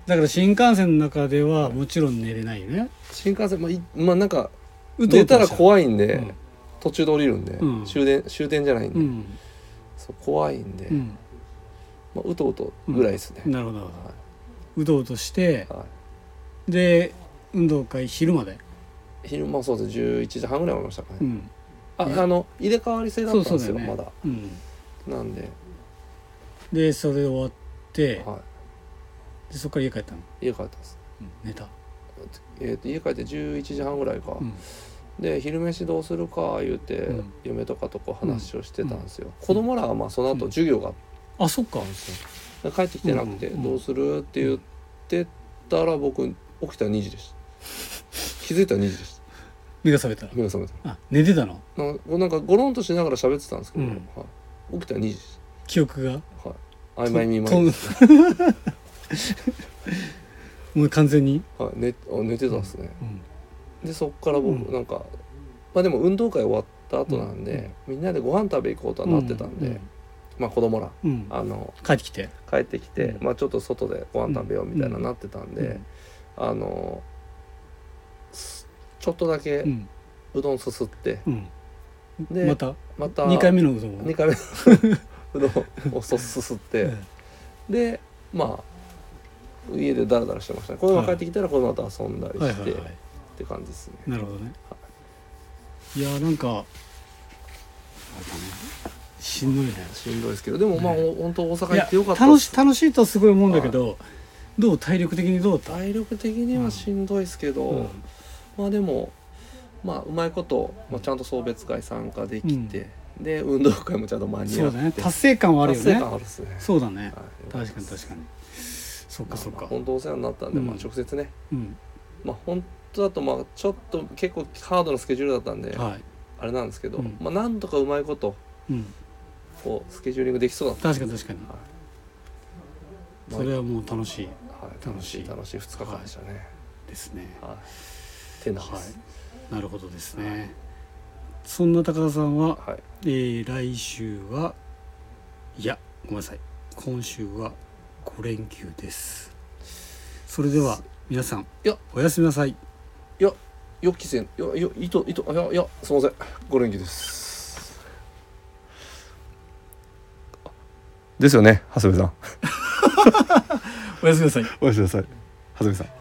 [SPEAKER 1] だから新幹線の中ではもちろん寝れないよね
[SPEAKER 2] ど新幹線まあい、まあ、なんか
[SPEAKER 1] うと
[SPEAKER 2] 出
[SPEAKER 1] うと
[SPEAKER 2] たら
[SPEAKER 1] した
[SPEAKER 2] 怖いんで、
[SPEAKER 1] うん
[SPEAKER 2] 途中で降りるんで、
[SPEAKER 1] うん
[SPEAKER 2] 終電終電じゃないんで、
[SPEAKER 1] うん
[SPEAKER 2] そう怖いんで、
[SPEAKER 1] うん
[SPEAKER 2] まあ、うとうとぐらいですね、
[SPEAKER 1] なるほどなるほ
[SPEAKER 2] は
[SPEAKER 1] どうとうとして
[SPEAKER 2] いは
[SPEAKER 1] で運動会昼まで
[SPEAKER 2] い、昼間そうですね11時半ぐらいまでましたかね、
[SPEAKER 1] うん
[SPEAKER 2] ああの入れ替わり制だったんです
[SPEAKER 1] そう
[SPEAKER 2] よ
[SPEAKER 1] そうだよ
[SPEAKER 2] ま
[SPEAKER 1] ね
[SPEAKER 2] だ
[SPEAKER 1] うん
[SPEAKER 2] なんで、
[SPEAKER 1] でそれで終わって
[SPEAKER 2] は
[SPEAKER 1] でそこから家帰ったの
[SPEAKER 2] い、家帰ったんです、
[SPEAKER 1] うん寝た
[SPEAKER 2] えー、と家帰って11時半ぐらいか、
[SPEAKER 1] うん
[SPEAKER 2] で昼飯どうするか言うて、
[SPEAKER 1] うん
[SPEAKER 2] 嫁とかとこう話をしてたんですよ、子供らはまあその後授業があっ
[SPEAKER 1] あそっか
[SPEAKER 2] たんですよ、で帰ってきてなくて
[SPEAKER 1] うんうん
[SPEAKER 2] どうするって言ってたら僕起きたら2時でした気づいたら2時でした
[SPEAKER 1] 目が覚めたら
[SPEAKER 2] 目が覚めた
[SPEAKER 1] あ寝てたの
[SPEAKER 2] なんかなんかゴロンとしながら喋ってたんですけど、
[SPEAKER 1] うん
[SPEAKER 2] はい、起きたら2時です、
[SPEAKER 1] 記憶が
[SPEAKER 2] はい、曖昧に
[SPEAKER 1] と
[SPEAKER 2] 昧
[SPEAKER 1] ん
[SPEAKER 2] です、
[SPEAKER 1] もう完全に
[SPEAKER 2] はい、寝あ寝てたんですね
[SPEAKER 1] うん
[SPEAKER 2] でそっから僕
[SPEAKER 1] うん
[SPEAKER 2] なんか、まあでも運動会終わった後なんで、みんなでご飯食べ行こうとはなってたんで、まあ子供ら
[SPEAKER 1] うんうん
[SPEAKER 2] あの
[SPEAKER 1] 帰ってきて
[SPEAKER 2] 帰ってきて、
[SPEAKER 1] うん
[SPEAKER 2] まあ、ちょっと外でご飯食べようみたいな
[SPEAKER 1] うん
[SPEAKER 2] なってたんで、
[SPEAKER 1] うん
[SPEAKER 2] あのすちょっとだけ
[SPEAKER 1] うん
[SPEAKER 2] うどんすすって、
[SPEAKER 1] うん
[SPEAKER 2] で
[SPEAKER 1] また
[SPEAKER 2] また
[SPEAKER 1] 2回目のうどんを
[SPEAKER 2] 二回目 うどんをそすすって、
[SPEAKER 1] うん
[SPEAKER 2] でまあ家でダラダラしてましたねこのまま帰ってきたらこの後遊んだり
[SPEAKER 1] はい
[SPEAKER 2] し
[SPEAKER 1] はい
[SPEAKER 2] てっ
[SPEAKER 1] はい
[SPEAKER 2] て感じですね
[SPEAKER 1] なるほどね。いやーなんかあれだねしんどいね。
[SPEAKER 2] しんどいですけどでもまあ、
[SPEAKER 1] ね
[SPEAKER 2] 本当大阪
[SPEAKER 1] い
[SPEAKER 2] 行
[SPEAKER 1] や
[SPEAKER 2] ってよかったっ
[SPEAKER 1] 楽
[SPEAKER 2] す
[SPEAKER 1] し楽しいとはすごい思うんだけど、どう体力的にどうだっ
[SPEAKER 2] 体力的にはしんどいですけど、
[SPEAKER 1] た？うん
[SPEAKER 2] まあでもまあうまいこと、まあ、ちゃんと送別会参加できて、で運動会もちゃんと間に
[SPEAKER 1] そ
[SPEAKER 2] 合
[SPEAKER 1] う
[SPEAKER 2] って
[SPEAKER 1] だね。達成感はあるよ
[SPEAKER 2] 達成
[SPEAKER 1] ね。
[SPEAKER 2] 感あるっすね
[SPEAKER 1] そうだね。
[SPEAKER 2] はい
[SPEAKER 1] 確かに確かに。そっかそっ
[SPEAKER 2] ま
[SPEAKER 1] か
[SPEAKER 2] あ。本当お世話になったんで、
[SPEAKER 1] うん
[SPEAKER 2] まあ、直接ね
[SPEAKER 1] うん。
[SPEAKER 2] まあ本当だとまあちょっと結構ハードなスケジュールだったんで、
[SPEAKER 1] はい。
[SPEAKER 2] あれなんですけど、
[SPEAKER 1] うん
[SPEAKER 2] まあなんとかうまいこと
[SPEAKER 1] うん。
[SPEAKER 2] こうスケジューリングできそうだった
[SPEAKER 1] 確かに確かに。
[SPEAKER 2] はい
[SPEAKER 1] それはもう楽しい
[SPEAKER 2] はい、
[SPEAKER 1] 楽しい
[SPEAKER 2] 楽しい2日間でしたね。
[SPEAKER 1] ですね
[SPEAKER 2] はい。てなです。
[SPEAKER 1] はいなるほどですねそんな高田さんは、
[SPEAKER 2] はい。
[SPEAKER 1] えー来週はいやごめんなさい今週は5連休ですそれでは皆さん
[SPEAKER 2] いや
[SPEAKER 1] おやすみなさい
[SPEAKER 2] 予期せん、いや、いや、いと、いと、いや、いや、すみません。ご連休です。ですよね、長谷部さん。
[SPEAKER 1] おやすみなさい
[SPEAKER 2] おやすみなさい。長谷部さん。